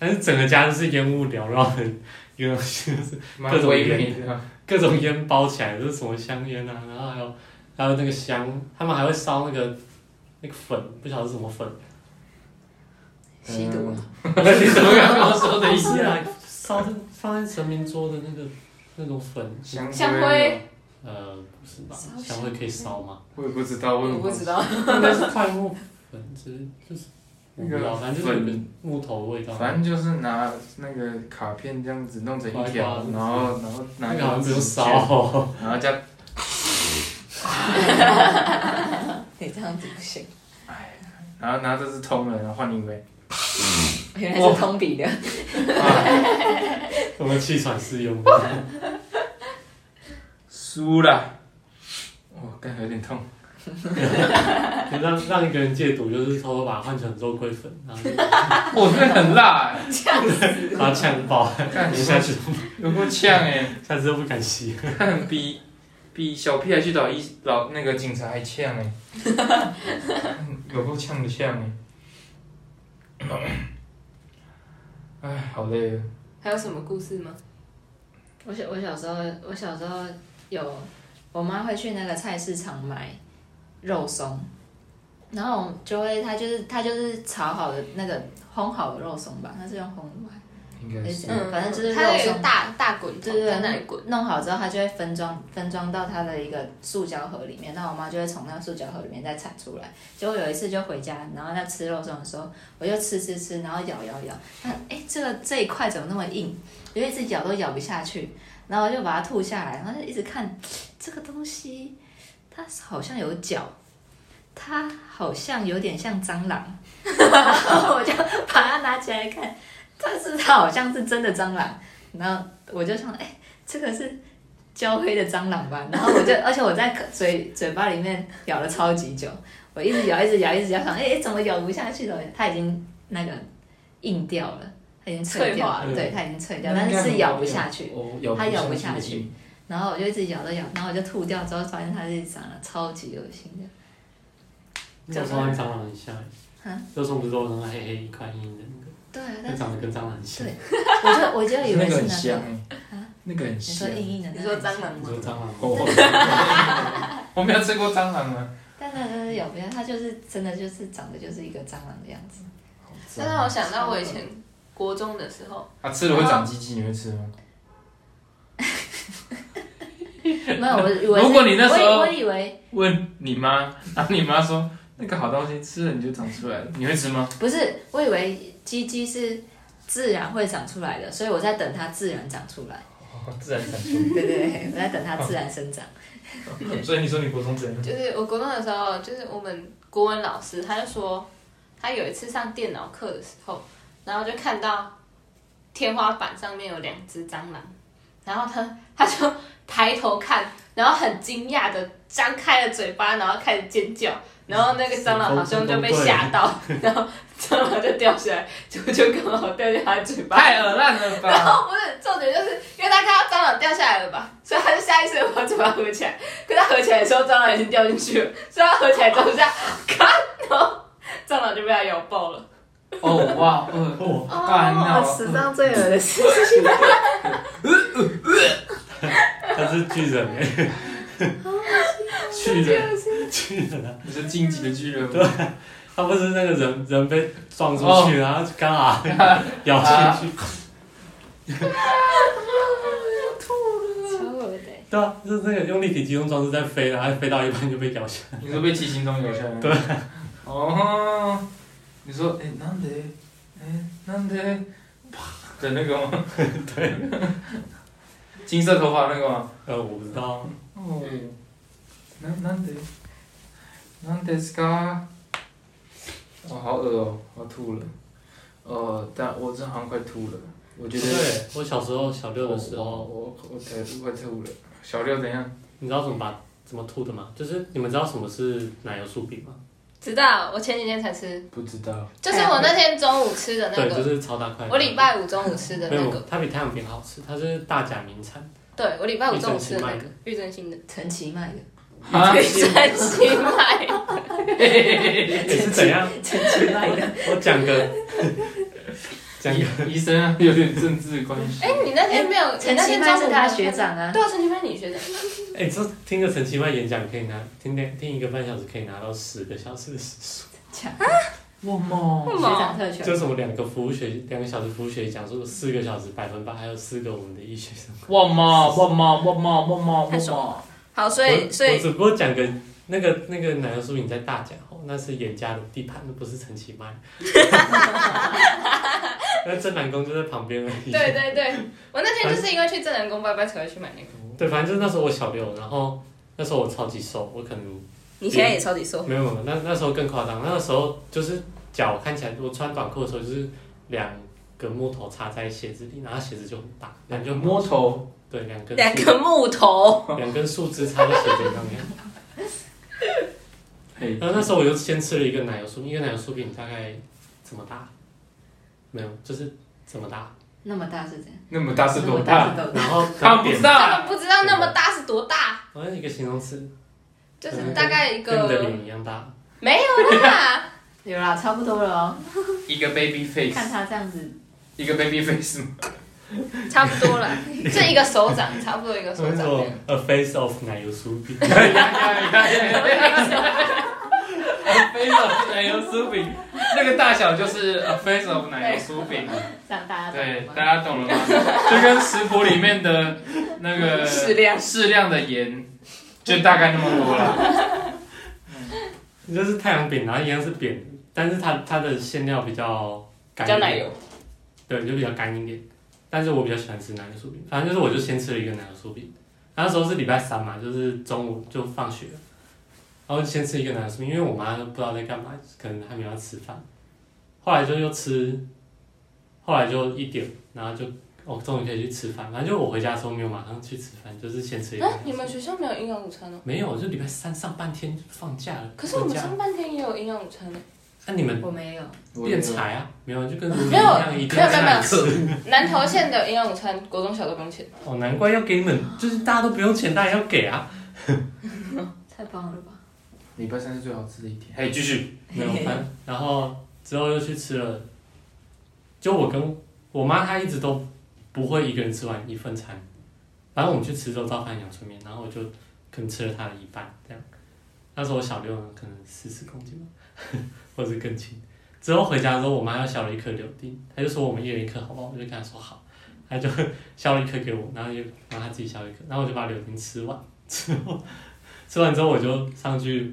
S4: 但是整个家都是烟雾缭绕的， 因为就是
S1: 蛮唯美的，
S4: 各种烟包起来，就是什么香烟啊，然后还有还有那个香，他们还会烧那个那个粉，不晓得是什么粉，
S2: 吸毒啊，
S1: 你怎么刚刚说的
S4: 不
S1: 意思
S4: 是？啊，烧在放在神明桌的那个那种粉，
S3: 香
S1: 灰
S3: 灰，
S4: 呃，不是吧？
S2: 烧
S4: 香味可以烧吗？
S1: 我也不知道，
S3: 我
S1: 也
S3: 不知。道，
S4: 应该是块木粉之，就是我不知道，反正就是有个
S1: 粉
S4: 木头的味道。
S1: 反正就是拿那个卡片这样子弄成一条，然后然后拿
S4: 那
S1: 一
S4: 个好
S1: 个
S4: 像不
S1: 纸
S4: 用
S1: 卷，
S4: 烧，哦
S1: 然后加，
S2: 你这样子不行，
S1: 然后拿这支通了，然后换另一位。
S2: 原来是通鼻的。
S4: 我们气喘适用。
S1: 输了，我刚有点痛。
S4: 就让让一个人戒毒，就是偷偷把它换成肉桂粉，然后就
S1: 我这哦很辣、欸，
S4: 把它呛爆，
S1: 看
S4: 你下次
S1: 有够呛哎，
S4: 下次都不敢吸。
S1: 看比比小屁孩去找医老那个警察还呛哎、 有够呛的呛哎、 哎，好累啊，
S3: 还有什么故事吗？
S2: 我小我小时候，我小时候有我妈会去那个菜市场买肉松，然后我就会她就是她就是炒好的那个烘好的肉松吧，它是用烘的吧，
S1: 应该是
S2: 嗯反正就是
S3: 它有一
S2: 肉
S3: 个
S2: 松
S3: 大大滚筒
S2: 对对
S3: 在
S2: 对，
S3: 那里滚。
S2: 弄好之后，它就会分装分装到它的一个塑胶盒里面。那我妈就会从那个塑胶盒里面再铲出来。结果有一次就回家，然后在吃肉松的时候，我就吃吃吃，然后咬咬咬，那哎这个这一块怎么那么硬？我就一直咬都咬不下去，然后我就把它吐下来，然后就一直看这个东西，它好像有脚。它好像有点像蟑螂，然后 我就把它拿起来看，但是它好像是真的蟑螂，然后我就想，哎、这个是焦黑的蟑螂吧？然后我就， 而且我在嘴嘴巴里面咬了超级久，我一直咬，一直咬，一直咬，想，哎、哎怎么咬不下去了？它已经那个硬掉了，它已经脆掉
S4: 脆化
S2: 了，
S4: 了
S2: 对，它已经脆掉，但是是咬不下去。
S1: 哦
S2: 它咬不下去。然后我就一直咬到咬，然后我就吐掉，之后发现它是蟑螂，超级恶心的。
S4: 肉松跟蟑螂很像
S2: 啊，
S4: 肉松不是肉松黑黑一块硬的那
S2: 对啊，
S4: 个，
S2: 但
S4: 那
S2: 是
S4: 长得跟蟑螂很像。
S2: 对我就我就以
S1: 那
S2: 为
S1: 个
S2: 是
S1: 很香
S2: 那个，
S1: 哎、
S2: 啊
S1: 那个很
S2: 你
S1: 香
S2: 说。硬硬的，
S3: 你说蟑螂
S4: 你
S3: 吗
S4: 说
S1: 嗯
S4: 蟑螂哦
S1: 我 我没有吃过蟑螂啊，
S2: 但那真的有不要，它就是真的就是长得就是一个蟑螂的样子。
S3: 这让我想到我以前国中的时候，
S1: 啊吃了会长鸡鸡，你会吃吗？
S2: 没有，我以为是
S1: 如果你那时候
S2: 我以我以为
S1: 问你妈，然后你妈说那个好东西吃了你就长出来了，你会吃吗？
S2: 不是，我以为鸡鸡是自然会长出来的，所以我在等它自然长出来。
S1: 哦自然长
S2: 对对对，我在等它自然生长。
S1: 出。 所以你说你国中怎样？
S3: 就是我国中的时候，就是我们国文老师他就说，他有一次上电脑课的时候，然后就看到天花板上面有两只蟑螂，然后他他就抬头看，然后很惊讶的张开了嘴巴，然后开始尖叫，然后那个蟑螂好像就被吓到，然后 蟑螂就掉下来，结果就刚好掉进他的嘴巴。
S1: 太恶烂了
S3: 然
S1: 吧？
S3: 后不是重点，就是因为他看到蟑螂掉下来了吧，所以他就下意识的把嘴巴合起来。可他合起来的时候，蟑螂已经掉进去了，所以他合起来之后这样，看，然后蟑螂就被他咬爆了。
S1: 哦哇，呃
S4: 哦，
S1: 干嗯那
S2: 哦，史上最恶的事情。
S4: 他是巨人哎，巨人， 巨人啊！
S1: 你是荆棘的巨人吗？
S4: 他不是那个人人被撞出去，然后干嘛咬进 去？
S2: 超恶的欸。
S4: 对啊，就是那个用立体机动装置在飞，然后飞到一半就被咬下来。
S1: 你说被七星中咬下来？
S4: 对。
S1: 哦，你说哎，难得，哎，难得，啪的那个 吗？
S4: 对，
S1: 金色头发那个吗？
S4: 呃，我不知道，
S1: 哦，那难得，难得是噶，哇，好恶哦，我要吐了。呃，但我真的好像快吐了，我觉
S4: 对
S1: 得。，
S4: 我小时候小六的时候，
S1: 我我才我才五了。小六怎样？
S4: 你知道怎么把怎么吐的吗？就是你们知道什么是奶油酥饼吗？
S3: 知道，我前几天才吃，
S1: 不知道。
S3: 就是我那天中午吃的那
S4: 对，就
S3: 个，
S4: 是超大块。
S3: 我礼拜五中午吃的
S4: 没
S3: 那
S4: 有
S3: 个，，
S4: 它比太阳饼好吃，它是大甲名 产。
S3: 对我礼拜五中午吃的那个，玉珍心的，
S2: 陈其迈的，
S1: 啊！
S3: 玉珍心买的，
S4: 也哎是怎样？
S2: 陈其迈的，
S4: 我讲个， 讲个，
S1: 医生啊，有点政治关系。
S3: 哎，你那天没有？
S2: 陈
S3: 你那
S2: 其
S3: 天
S2: 迈
S3: 中午
S2: 是他学，长啊。
S3: 对啊，陈其迈是你学长，
S4: 哎、这听个陈其迈演讲可以拿，听听听一个半小时可以拿到十个小时的时数，
S2: 抢
S1: 我嘛
S3: 为
S2: 学
S3: 什么
S2: 长特权，
S4: 就什么两个服务学两个小时服务学习讲说四个小时百分百，还有四个我们的医学生。
S1: 我嘛我嘛我嘛我嘛
S3: 太爽
S1: 嘛
S3: 了。好，所
S4: 我
S3: 以所
S4: 我
S3: 以
S4: 只不过讲个那个那个奶油酥饼在大甲哦，那是严家的地盘，那不是陈其 迈。 那正南宫就在旁边而已。
S3: 对对对，我那天就是因为去正南宫拜拜才会去买那个。
S4: 对，反正就是那时候我小六，然后那时候我超级瘦，我可能
S3: 你现在也超级瘦，
S4: 没有没有，那那时候更夸张，那时候就是脚看起来，我穿短裤的时候就是两个木头插在鞋子里，然后鞋子就很大，两
S1: 就
S4: 根
S1: 摸头，
S4: 对两根
S3: 两个木头，
S4: 两根树枝插在鞋子上面。
S1: 嘿，
S4: 然后那时候我就先吃了一个奶油酥饼，一个奶油酥饼大概怎么大？没有，就是怎么大。
S2: 那么大是怎样？
S1: 那么大是
S2: 那
S1: 多
S2: 么大
S1: 大？
S2: 是多
S4: 然后
S1: 看不
S3: 根
S1: 到。
S3: 本不知道那么大是多大，
S4: 好像一个形容词，
S3: 就是大概一
S4: 跟你的
S3: 个
S4: 脸一样大。
S3: 没有 啦，
S2: 有啦，差不多了哦。
S1: 一个 baby
S2: 看
S1: face，
S2: 他这样子，
S1: 一个 baby face 吗？
S3: 差不多啦，这一个手掌，差不多一个手
S4: 所以
S3: 掌。
S4: 说 a face of 奶油酥饼。
S1: 呀呀呀呀呀！非常奶油酥饼，那个大小就是呃非常奶油酥饼。
S2: 让大家
S1: 对
S2: 懂，
S1: 大
S2: 吗？
S1: 家懂了吗？ 就跟食谱里面的那个
S3: 适量
S1: 适量的盐，就大概那么多了。
S4: 就是太阳饼，然后一样是扁的，但是它它的馅料比较干，
S3: 比较奶油，，
S4: 对，就比较干一点。但是我比较喜欢吃奶油酥饼，反正就是我就先吃了一个奶油酥饼。那时候是礼拜三嘛，就是中午就放学了，然后先吃一个奶油酥饼，因为我妈不知道在干嘛，可能还没有要吃饭。后来就又吃，后来就一点，然后就哦，终于可以去吃饭。反正就我回家的时候没有马上去吃饭，就是先吃一个
S3: 那
S4: 奶油酥饼。
S3: 啊你们学校没有营养午餐哦？
S4: 没有，就礼拜三上半天放假了。
S3: 可是我们
S4: 回家
S3: 上半天也有营养午餐呢。哦
S4: 那、你们
S2: 我没有，
S4: 练财啊，没有就跟
S3: 没有
S4: 一定
S3: 没有
S4: 要
S3: 没有
S4: 上课。
S3: 南投县的营养午餐，国中小都不用钱。
S4: 哦，难怪要给你们，就是大家都不用钱，大家要给啊。
S2: 太棒了吧？
S1: 礼拜三是最好吃的一天。嘿，继续。
S4: 没有，反正然后之后又去吃了，就我跟我妈她一直都不会一个人吃完一份餐，反正我们去吃肉燥饭、阳春面，然后我就可能吃了她的一半这样。那时候我小六呢，可能四十公斤吧， 或者是更轻。之后回家之后，我妈又削了一颗柳丁，她就说我们一人一颗好不好？我就跟她说好，她就 削了一颗给我，然后就然后她自己削一颗，然后我就把柳丁吃完，之后吃完之后我就上去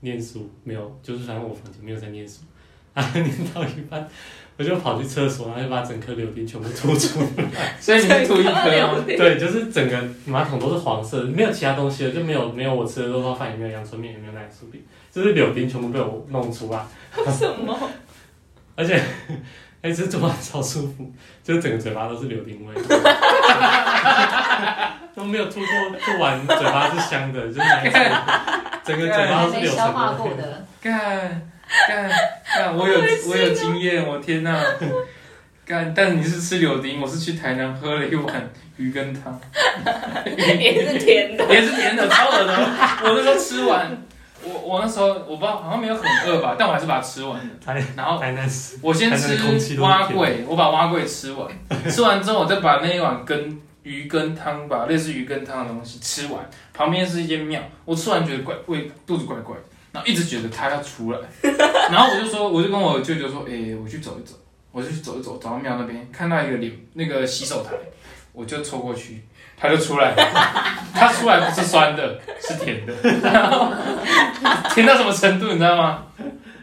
S4: 念书，没有，就是反正我房间没有在念书， 然后念到一半，我就跑去厕所，然后就把整颗柳丁全部吐 出来。
S1: 所以你是吐一颗吗？
S4: 对，就是整个马桶都是黄色的，没有其他东西了，就没有没有我吃的肉燥饭，也没有阳春面，也没有奶酥饼，就是柳丁全部被我弄出来，
S3: 为什么？
S4: 而且 哎，这做完超舒服，就是整个嘴巴都是柳丁味。 都没有吐过，吐完嘴巴是香的，就是奶酥饼整个嘴巴
S2: 还
S4: 都是
S2: 没
S4: 柳
S2: 消
S4: 橙
S2: 化
S4: 的味
S2: 过。的，
S1: 干，干干，我有
S3: 啊
S1: 我有经验，我天哪！干，但你是吃柳丁，我是去台南喝了一碗鱼羹汤，
S3: 也是甜的。
S1: 也是甜的，超恶的。 我那时候吃完，我我那时候我不知道，好像没有很饿吧，但我还是把它吃完了。
S4: 台
S1: 然后
S4: 台南市
S1: 我先
S4: 台南的空气
S1: 吃
S4: 都是
S1: 蛙
S4: 甜的
S1: 桂，我把蛙桂吃完，吃完之后我再把那一碗羹鱼羹汤吧，类似鱼羹汤的东西吃完。旁边是一间庙，我吃完觉得怪胃肚子怪怪，然后一直觉得它要出来， 然后我就说，我就跟我舅舅说，诶、我去走一走，我就去走一走，走到庙那边看到一个脸那个洗手台，我就凑过去，它就出来了， 它出来不是酸的，是甜的， 然后甜到什么程度你知道吗？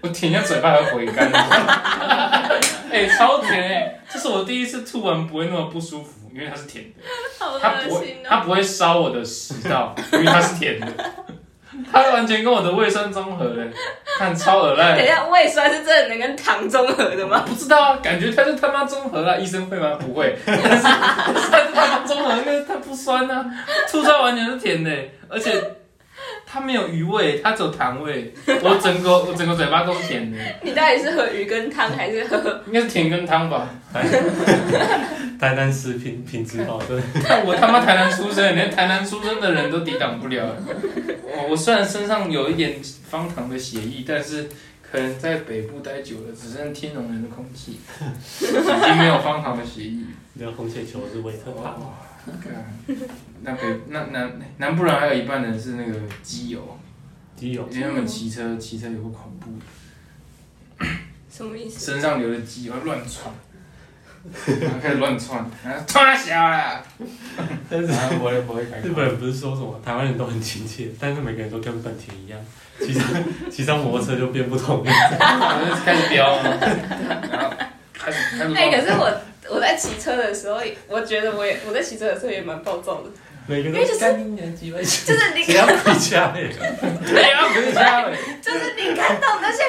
S1: 我舔一下嘴巴还回甘。哎、超甜哎、这是我第一次吐完不会那么不舒服，因为它是甜的，
S3: 好哦
S1: 它不会它！不会烧我的食道，因为它是甜的， 它完全跟我的胃酸综合嘞、看超恶烂
S3: 等一
S1: 的。
S3: 下，胃酸是真的能跟糖综合的吗？
S1: 不知道啊，感觉它就他妈综合了、医生会吗？不会， 但是但是它是他妈综合，因为它不酸呐、啊，吐出来完全是甜的欸、而且它没有余味，它只有糖味，我整个我整个嘴巴都是甜的，
S3: 你到底是喝鱼羹汤还是喝？
S1: 应该是甜羹汤吧。
S4: 台台南市品品质 保证，
S1: 但我他妈台南出生，连台南出生的人都抵挡不了。我我虽然身上有一点方糖的血液，但是可能在北部待久了，只剩天龙人的空气，已经没有方糖的血液。
S4: 你的红血球是维特帕，
S1: 哇，干那北那南南部人还有一半人是那个基友，
S4: 基友
S1: 因为他们骑车骑车有个恐怖，
S3: 什么意思？
S1: 身上流的基友乱窜，然后开始乱窜，然啊后窜小了，
S4: 但是
S1: 然后不会不会改口。
S4: 日本人不是说什么台湾人都很亲切，但是每个人都跟本田一样，骑 上骑上摩托车就变不同了。
S1: 然后就开始飙嘛，然后开始 开始
S3: 哎、
S1: 飙。
S3: 可是我我在骑车的时候，我觉得我也我在骑车的时候也蛮暴躁的，
S4: 每个
S3: 因
S4: 人
S3: 为就
S4: 都
S3: 是
S4: 干你娘几万钱，
S3: 就是 你
S4: 谁要比价 嘞？
S1: 对啊，不是加了，
S3: 就是你看到那些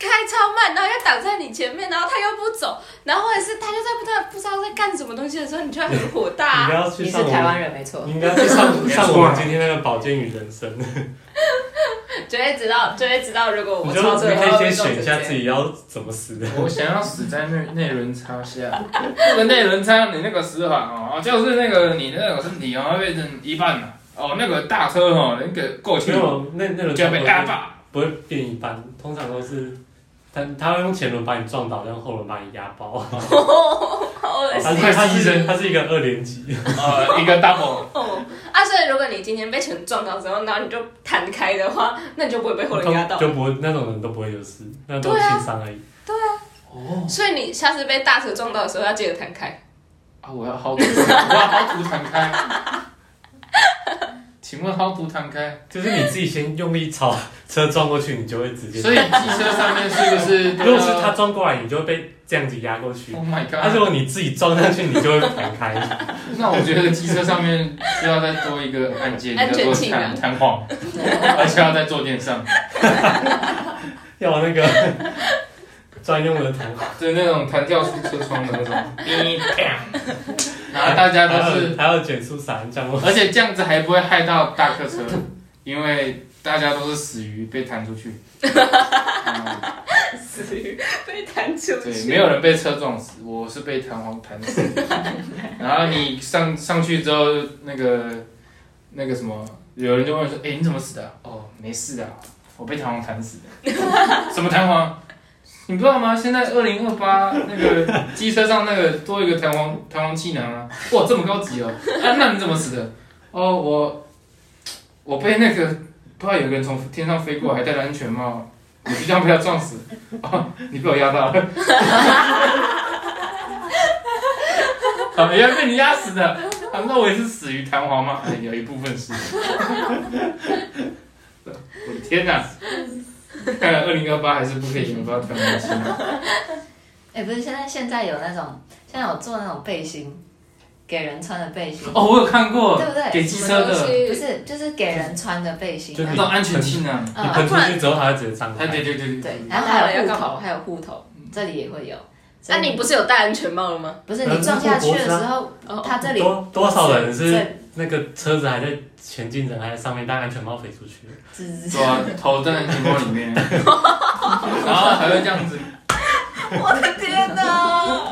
S3: 开超慢，然后要挡在你前面，然后他又不走，然后或者是他就在不知道不知道在干什么东西的时候，你就会很火大、
S4: 你不
S3: 啊。
S4: 要去
S2: 你是
S4: 上我
S2: 台湾
S4: 们，
S2: 人没错
S4: 你，应该去上
S1: 没
S4: 上
S1: 错
S4: 我们今天那个保健与人生。
S3: 就会知道，就会知道，如果
S4: 你
S3: 我
S4: 就
S3: 超车
S4: 你
S3: 的
S4: 可
S3: 话
S4: 以
S3: 会
S4: 先
S3: 被撞
S4: 选一下
S3: 成这
S4: 自
S3: 样。
S4: 己要怎么死的。
S1: 我想要死在内内轮差下，那个内轮差你那个死法哦，就是那个你那个身体哦会变成一半了，哦那个大车哦那个过去
S4: 没有，那那轮
S1: 就要
S4: 车
S1: 被压爆，
S4: 不会不会变一半，通常都是他他会用前轮把你撞倒，然后后轮把你压爆。
S3: 哦， 好恶
S4: 他
S3: 心
S4: 是
S1: 快
S4: 他
S1: 牺牲
S4: 是他是一个二连击，
S1: 呃一个 double，
S3: 哦！啊，所以如果你今天被车撞到之后，然后你就弹开的话，那你就不会被后轮压到。
S4: 就不会那种人都不会有事，那都是
S3: 对啊
S4: 轻伤而已。
S3: 所以你下次被大车撞到的时候，要记得弹开。
S1: 啊我要薅土，我要薅土弹开，请问薅土弹开？
S4: 就是你自己先用力朝车撞过去，你就会直接。
S1: 所以机车上面是不是
S4: 如果是他撞过来，你就会被这样子压过去。
S1: ？Oh my
S4: 但
S1: god！
S4: 是如果你自己撞上去，你就会弹开。
S1: 那我觉得机车上面需要再多一个按键，
S3: 安
S1: 叫
S3: 全
S1: 做
S3: 气囊
S1: 弹弹簧，而且要在坐垫上，
S4: 要那个 专用的弹簧，
S1: 就是那种弹跳出车窗的那种，哔砰然后啊大家都是，
S4: 还要减速伞这样。
S1: 而且这样子还不会害到大客车，因为大家都是死鱼被弹出去，嗯
S3: 死鱼被弹出
S1: 对，
S3: 去。
S1: 没有人被车撞死，我是被弹簧弹死。然后你上上去之后，那个那个什么，有人就问说：“哎、你怎么死的啊、哦，没事的啊，我被弹簧弹死的。什么弹簧？你不知道吗？现在二零二八那个机车上那个多一个弹簧弹簧气囊啊！哇，这么高级哦！啊，那你怎么死的？哦，我我被那个不知道有个人从天上飞过，还戴着安全帽，我就这样被他撞死。哦，你被我压到了。啊，原来被你压死的。啊，那我也是死于弹簧吗？哎有一部分是。我的天哪！看来二零二八还是不可以研发弹簧机了。
S2: 哎、不是现在现在有那种现在有做那种背心，给人穿的背心，
S1: 哦，我有看过
S2: 对，不对？
S1: 给机车
S3: 什么东
S1: 的
S3: 西
S2: 不是就是给人穿的背心，
S4: 就
S1: 那
S2: 然
S4: 是
S2: 后
S1: 种安全气囊。
S4: 你嗯喷
S2: 嗯，
S4: 出去之后，它会直接张
S1: 哎，对
S4: 开。
S1: 对对
S2: 对，
S1: 对。
S2: 然后还有
S3: 要
S2: 护
S3: 干嘛
S2: 头，还有护头，这里也会有。
S3: 那、你不是有戴安全帽了吗？
S2: 不是你撞下去的时候，
S3: 哦，
S2: 啊它这里
S4: 多多少人是
S2: 这
S4: 那个车子还在前进着，还在上面，但安全帽飞出去了。
S2: 吱吱，
S1: 对啊，头在安全帽里 面，然后还会这样子，
S2: 我的天哪！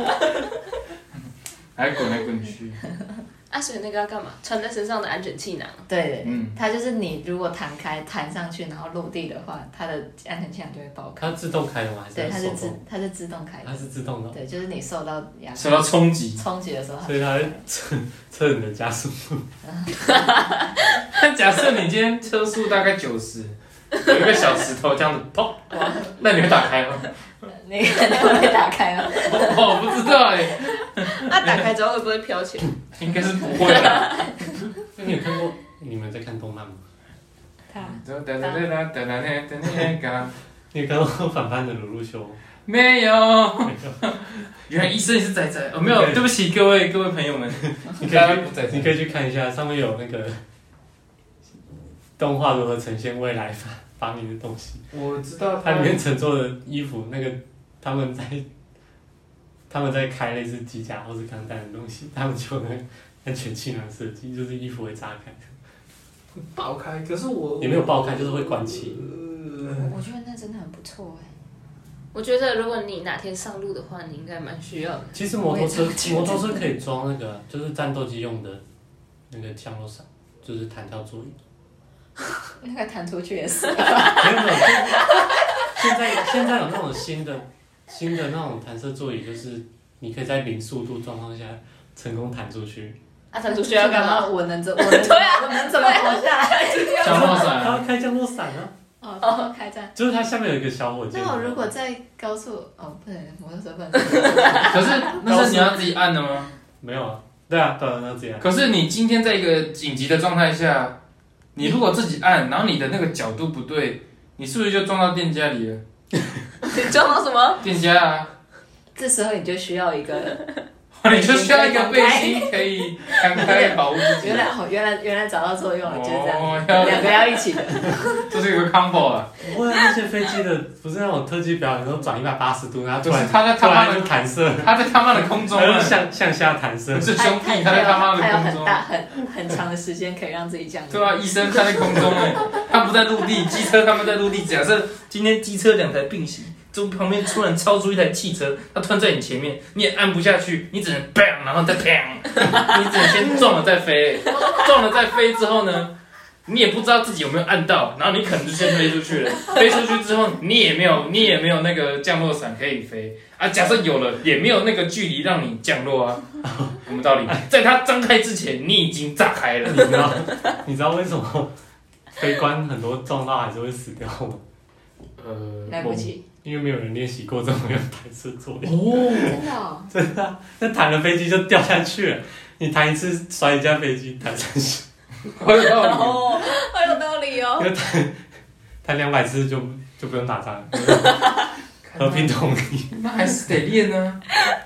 S1: 还滚来滚去，
S3: 啊，所以那个要干嘛？穿在身上的安全气囊。
S2: 对对，
S1: 嗯，
S2: 它就是你如果弹开弹上去，然后落地的话，它的安全气囊就会爆开。
S4: 它自动开的吗？还
S2: 对，它
S4: 是手
S2: 是自
S4: 动？
S2: 它是自动开
S4: 它
S2: 的。
S4: 是自动的，哦
S2: 对，就是你受到压
S1: 受到冲击，
S2: 冲击的时候，它
S4: 所以它会测测你的加速度。
S1: 假设你今天车速大概九十，有一个小石头这样子砰，那你会打开吗？
S2: 那个肯定会打开吗？
S1: 我我不知道哎、
S3: 啊，打开之后会不会飘起来？
S1: 应该是不会的。
S4: 那
S2: 嗯
S4: 你有看过？你们在看动漫吗？
S2: 它
S1: 哒哒哒哒哒哒哒哒哒
S4: 你有看过反叛的鲁鲁修？
S1: 没有，原来医生也是仔仔哦，没有，对不起各位各位朋友们，
S4: 你可
S1: 大家
S4: 以
S1: 不仔
S4: 去，你
S1: 仔，
S4: 可以去看一下，上面有那个动画如何呈现未来发发明的东西。
S1: 我知道
S4: 它里面乘坐的衣服，那个他们在他们在开类似机甲或是钢弹的东西，他们就有那个安全气囊设计，就是衣服会炸开，
S1: 爆开，可是我
S4: 也没有爆开，就是会关起。
S2: 我觉得那真的很不错哎、
S3: 我觉得如果你哪天上路的话，你应该蛮需要的。
S4: 其实摩托车
S2: 我也这么觉
S4: 摩
S2: 得
S4: 托车可以装那个，就是战斗机用的那个降落伞，就是弹跳座椅。
S2: 那个弹出去也是。
S4: 没有没有，现在现在有那种新的新的那种弹射座椅，就是你可以在零速度状况下成功弹出去。
S3: 啊，弹出去要干嘛？？
S2: 我能怎我能对啊，我能怎么活下来？
S1: 降落伞，
S4: 它要开降落伞啊，
S2: 哦，开战。
S4: 就是它下面有一个小火箭。
S2: 那我如果在高速，哦，不能，摩托车不能。
S1: 可是那是你要自己按的吗？
S4: 没有啊？对啊，对啊，那这样。
S1: 可是你今天在一个紧急的状态下，你如果自己按，然后你的那个角度不对，你是不是就撞到店家里了？
S3: 你撞到什么？
S1: 店家啊，
S2: 这时候你就需要一个，
S1: 你就需要一个背心可以摊开保护自己
S2: 原。来哦，原来原来找到作用了，就是这样，
S1: 哦，
S2: 两个要一起的。
S1: 要这是有个 combo 啊，
S4: 不会啊，那些飞机的不是那种特技表演，都转一百八十度，然后突
S1: 就是
S4: 然
S1: 他在
S4: 突
S1: 他妈
S4: 然就
S1: 的，
S4: 弹射，
S1: 他在他妈的空中
S4: 然
S1: 啊
S4: 后，向向下弹射
S1: 不。是兄
S2: 还
S1: 弟，
S2: 有
S1: 他在他妈
S2: 还有
S1: 的空
S2: 很
S1: 中。啊
S2: 大很很长的时间可以让自己降
S1: 对啊，医生他在空中哎、他不在陆地，机车他们在陆地。假设今天机车两台并行，就旁边突然超出一台汽车，它突然在你前面，你也按不下去，你只能 bang，然后再 bang，你只能先撞了再飞、撞了再飞之后呢，你也不知道自己有没有按到，然后你可能就先飞出去了。飞出去之后，你也没有你也没有那个降落伞可以飞啊。假设有了，也没有那个距离让你降落啊。我们道理？在它张开之前，你已经炸开了。
S4: 你知道你知道为什么飞官很多撞到还是会死掉吗？
S1: 呃，
S2: 来不及，
S4: 因为没有人练习过这种用弹射座椅。
S1: 哦，
S2: 真的哦，
S4: 真的啊、那弹了飞机就掉下去了。你弹一次摔一架飞机，弹三下，
S1: 好有道理。
S3: 哦，好有道理哦。
S4: 弹两百次就就不用打仗了，和
S1: 和
S4: 平
S1: 平，
S4: 统一。
S1: 那还是得练啊呢。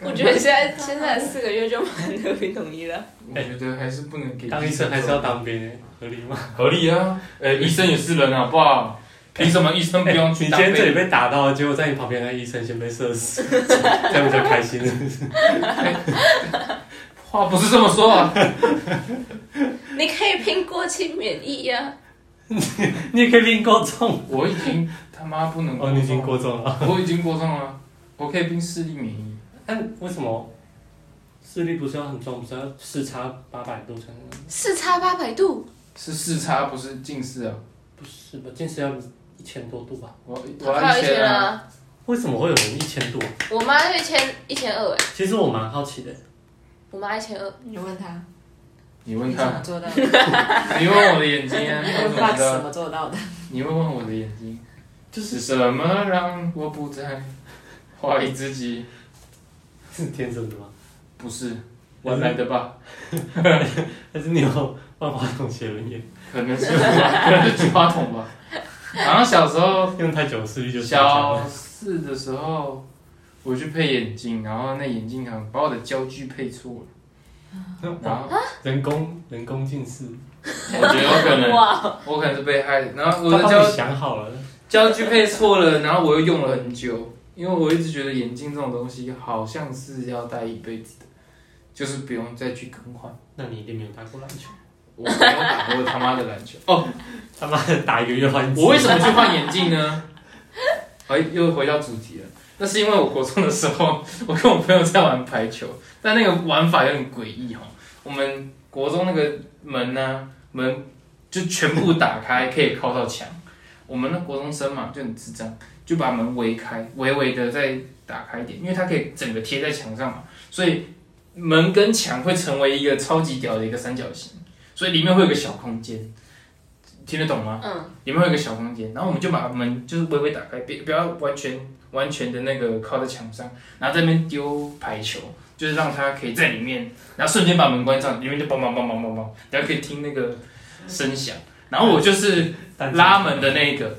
S3: 我觉得现在现在四个月就蛮和平统一了。
S1: 我觉得还是不能给
S4: 当医生还是要当兵欸，合理吗？
S1: 合理啊。呃，医生也是人好不 好？凭什么医 生不用
S4: 你
S1: 去
S4: 今
S1: 当
S4: 天这里
S1: 兵？
S4: 被打到，结果在你旁边的医生先被射死，这样比较开心。
S1: 话不是这么说啊。
S3: 你可以拼过期免疫啊呀、
S4: 你也可以并过重
S1: 我已经他妈不能
S4: 哦，你已经，过重了。
S1: 我已经过重了。我可以拼视力免疫，
S4: 但为什么视力不是要很重，不是要视差八百度才能？
S3: 四叉八百度，
S1: 是视差不是近视啊。
S4: 不是吧？近视要一千多度吧？
S1: 我我
S3: 快
S1: 要
S3: 一
S1: 一千
S3: 千
S1: 啊。
S3: 啊！
S4: 为什么会有人一千度啊？
S3: 我妈一千一千二哎，
S4: 其实我蛮好奇的，
S3: 我妈一千二，
S2: 你问他，
S1: 你问
S2: 你怎么
S1: 他，
S2: 做 到的？
S1: 你问我的眼睛啊，你怎么 知
S2: Box 怎
S1: 道？
S2: 么做到的？
S1: 你问问我的眼睛。
S4: 就是
S1: 是什么让我不再怀疑自己？
S4: 是天生的吗？
S1: 不是，晚来的吧？
S4: 但是你有万花筒斜轮眼，
S1: 可能是，可能是菊花筒吧。然后小时候，
S4: 用太久视力就下降
S1: 小
S4: 了。
S1: 四的时候，我去配眼镜，然后那眼镜行把我的焦距配错了， 然后
S4: 人工人工近视，
S1: 我觉得我 可能，
S3: 哇，
S1: 我可能是被害的。然后我
S4: 他
S1: 的
S4: 帮
S1: 焦
S4: 你想好了，
S1: 焦距配错了，然后我又用了很久，因为我一直觉得眼镜这种东西好像是要戴一辈子的，就是不用再去更换。
S4: 那你一定没有打过篮球，
S1: 我没有打过他妈的篮球。哦，
S4: 他妈的打一个月换一次
S1: 我为什么去换眼镜呢？ 哎，又回到主题了。那是因为我国中的时候， 我跟我朋友在玩排球，但那个玩法有点诡异哈。哦我们国中那个门呢、门就全部打开，可以靠到墙。我们那国中生嘛，就很智障，就把门围开，微微的再打开一点，因为它可以整个贴在墙上嘛，所以门跟墙会成为一个超级屌的一个三角形，所以里面会有个小空间，听得懂吗？
S3: 嗯，
S1: 里面会有一个小空间，然后我们就把门就是微微打开，啊别不要完全完全的那个靠在墙上，然后在那边丢排球，就是让它可以在里面，然后瞬间把门关上，里面就梆梆梆梆梆梆，然后可以听那个声响。然后我就是拉门的那个，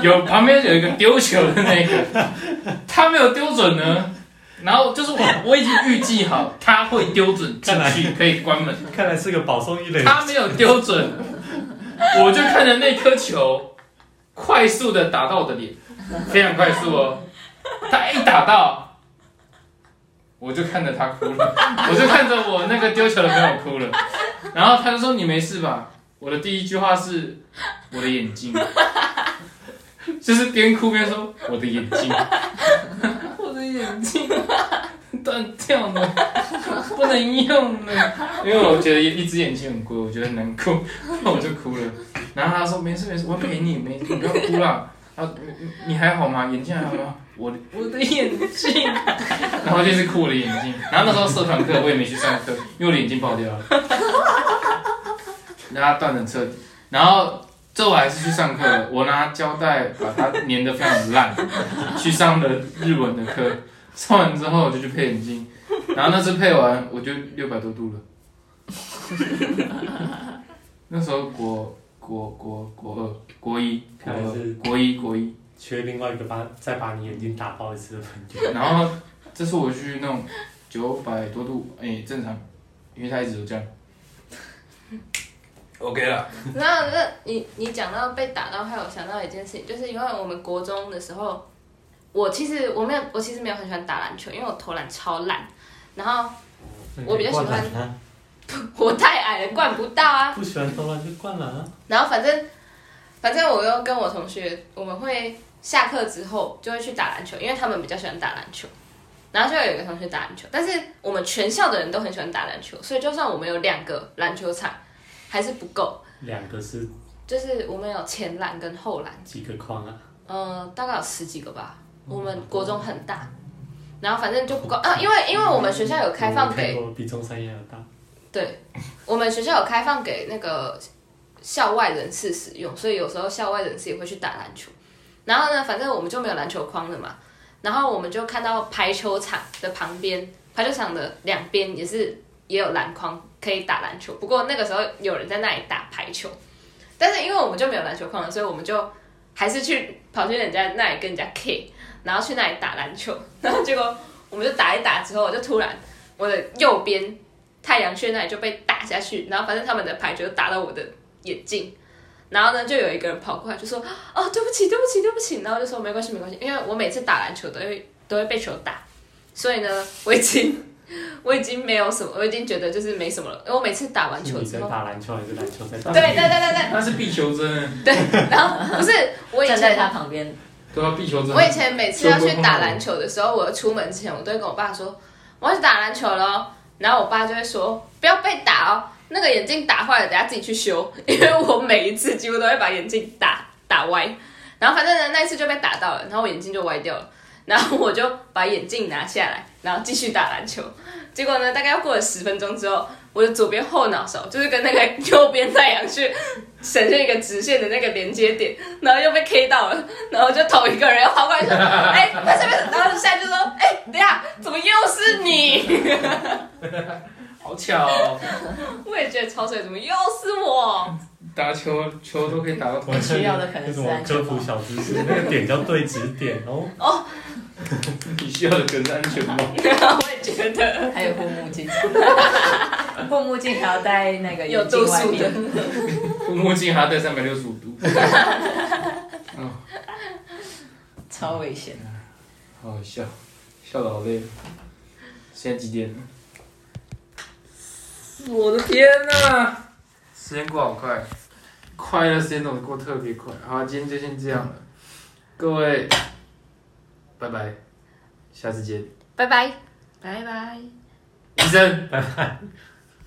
S1: 有旁边有一个丢球的那个，他没有丢准呢。然后就是我我已经预计好他会丢准进去，可以关门。
S4: 看来是个保送一垒，
S1: 他没有丢准，我就看着那颗球快速的打到我的脸，非常快速哦。他一打到，我就看着他哭了，我就看着我那个丢球的朋友哭了。然后他就说：“你没事吧？”我的第一句话是：“我的眼睛。”就是边哭边说：“我的眼睛，我的眼睛 断掉了。”不能用了， 因为我觉得一只眼睛很贵，我觉得很难过， 那我就哭了。然后他说没事没事，我陪你，没你不要哭啦。 他说你你你还好吗？眼睛还好吗？ 我的我的眼睛， 然后就是哭我的眼睛。然后那时候社团课我也没去上课，因为我的眼睛爆掉了，然后它断的彻底。然后最后我还是去上课了，我拿胶带把它粘的非常烂，去上了日文的课。上完之后我就去配眼镜。然后那次配完，我就六百多度了。那时候国国国国二、国一、国
S4: 看来是
S1: 二、国一、国一，
S4: 缺另外一个把再把你眼睛打爆一次的朋友。
S1: 然后这次我去弄九百多度，哎、正常，因为他一直都这样。OK 了，
S3: 那那你你讲到被打到，还有想到一件事情，就是因为我们国中的时候，我其实我没有，我其实没有很喜欢打篮球，因为我投篮超烂，然后我比较喜欢
S4: 灌篮啊，
S3: 我太 矮了，灌不到啊。
S4: 不喜欢投篮就灌篮啊。
S3: 然后反正反正我又跟我同学，我们会下课之后就会去打篮球，因为他们比较喜欢打篮球。然后就有一个同学打篮球，但是我们全校的人都很喜欢打篮球，所以就算我们有两个篮球场，还是不够。
S4: 两个是
S3: 就是我们有前篮跟后篮，
S4: 几个框啊？
S3: 呃，大概有十几个吧。我们国中很大，然后反正就不够啊，因为因为我们学校有开放
S4: 我看
S3: 给，
S4: 过比中山也有大。
S3: 对，我们学校有开放给那个校外人士使用，所以有时候校外人士也会去打篮球。然后呢，反正我们就没有篮球框了嘛，然后我们就看到排球场的旁边，排球场的两边也是也有篮筐可以打篮球，不过那个时候有人在那里打排球，但是因为我们就没有篮球框了，所以我们就还是去跑去人家那里跟人家 K，然后去那里打篮球，然后结果我们就打一打之后，我就突然我的右边太阳穴那里就被打下去，然后反正他们的排球打到我的眼镜，然后呢就有一个人跑过来就说哦对不起对不起对不起，然后就说没关系没关系，因为我每次打篮球都会都会被球打，所以呢我已经 我已经没有什么，我已经觉得就是没什么了，因为我每次打完
S4: 是
S3: 球
S4: 你
S3: 之
S4: 在
S3: 后，
S4: 打篮球还是篮球在打？
S3: 对对对对对，
S1: 他是壁球针，
S3: 不是我以
S2: 站在
S3: 前
S2: 他旁边，
S1: 对吧、壁球针
S3: 我。以前每次要去打篮球的时候，我出门之前，我都会跟我爸说我要去打篮球了哦，然后我爸就会说不要被打哦，那个眼镜打坏了，等下自己去修，因为我每一次几乎都会把眼镜打打歪，然后反正呢那一次就被打到了，然后我眼镜就歪掉了，然后我就把眼镜拿下来，然后继续打篮球，结果呢大概要过了十分钟之后。我的左边后脑勺就是跟那个 右边太阳穴呈现一个直线的那个连接点，然后又被 K 到了， 然后就头一个人跑 过来说：“哎、他这边。”然后下就说：“哎、等一下，怎么又是你
S1: 好巧哦，？”
S3: 我也觉得潮水怎么又是 我？
S1: 打球球都可以打到头
S4: 我。
S2: 需要的可能是
S4: 我
S2: 篮球
S4: 科普小知识，那个点叫对指点哦。
S1: 你需要的可是安全帽。
S3: 我也觉得
S2: 还有护目 镜，护目镜还要戴那个
S3: 有
S2: 眼
S3: 度
S2: 镜外
S3: 数的
S2: 面。。
S1: 墨镜还要戴三百六十五度，
S2: 超危险。
S1: 好好笑，笑得好累。现在几点了？我的天呐、时间过好快，快乐时间总是过特别快。好，今天就先这样了，各位，拜拜，下次见。
S3: 拜拜，拜拜。
S1: 医生，
S4: 拜拜。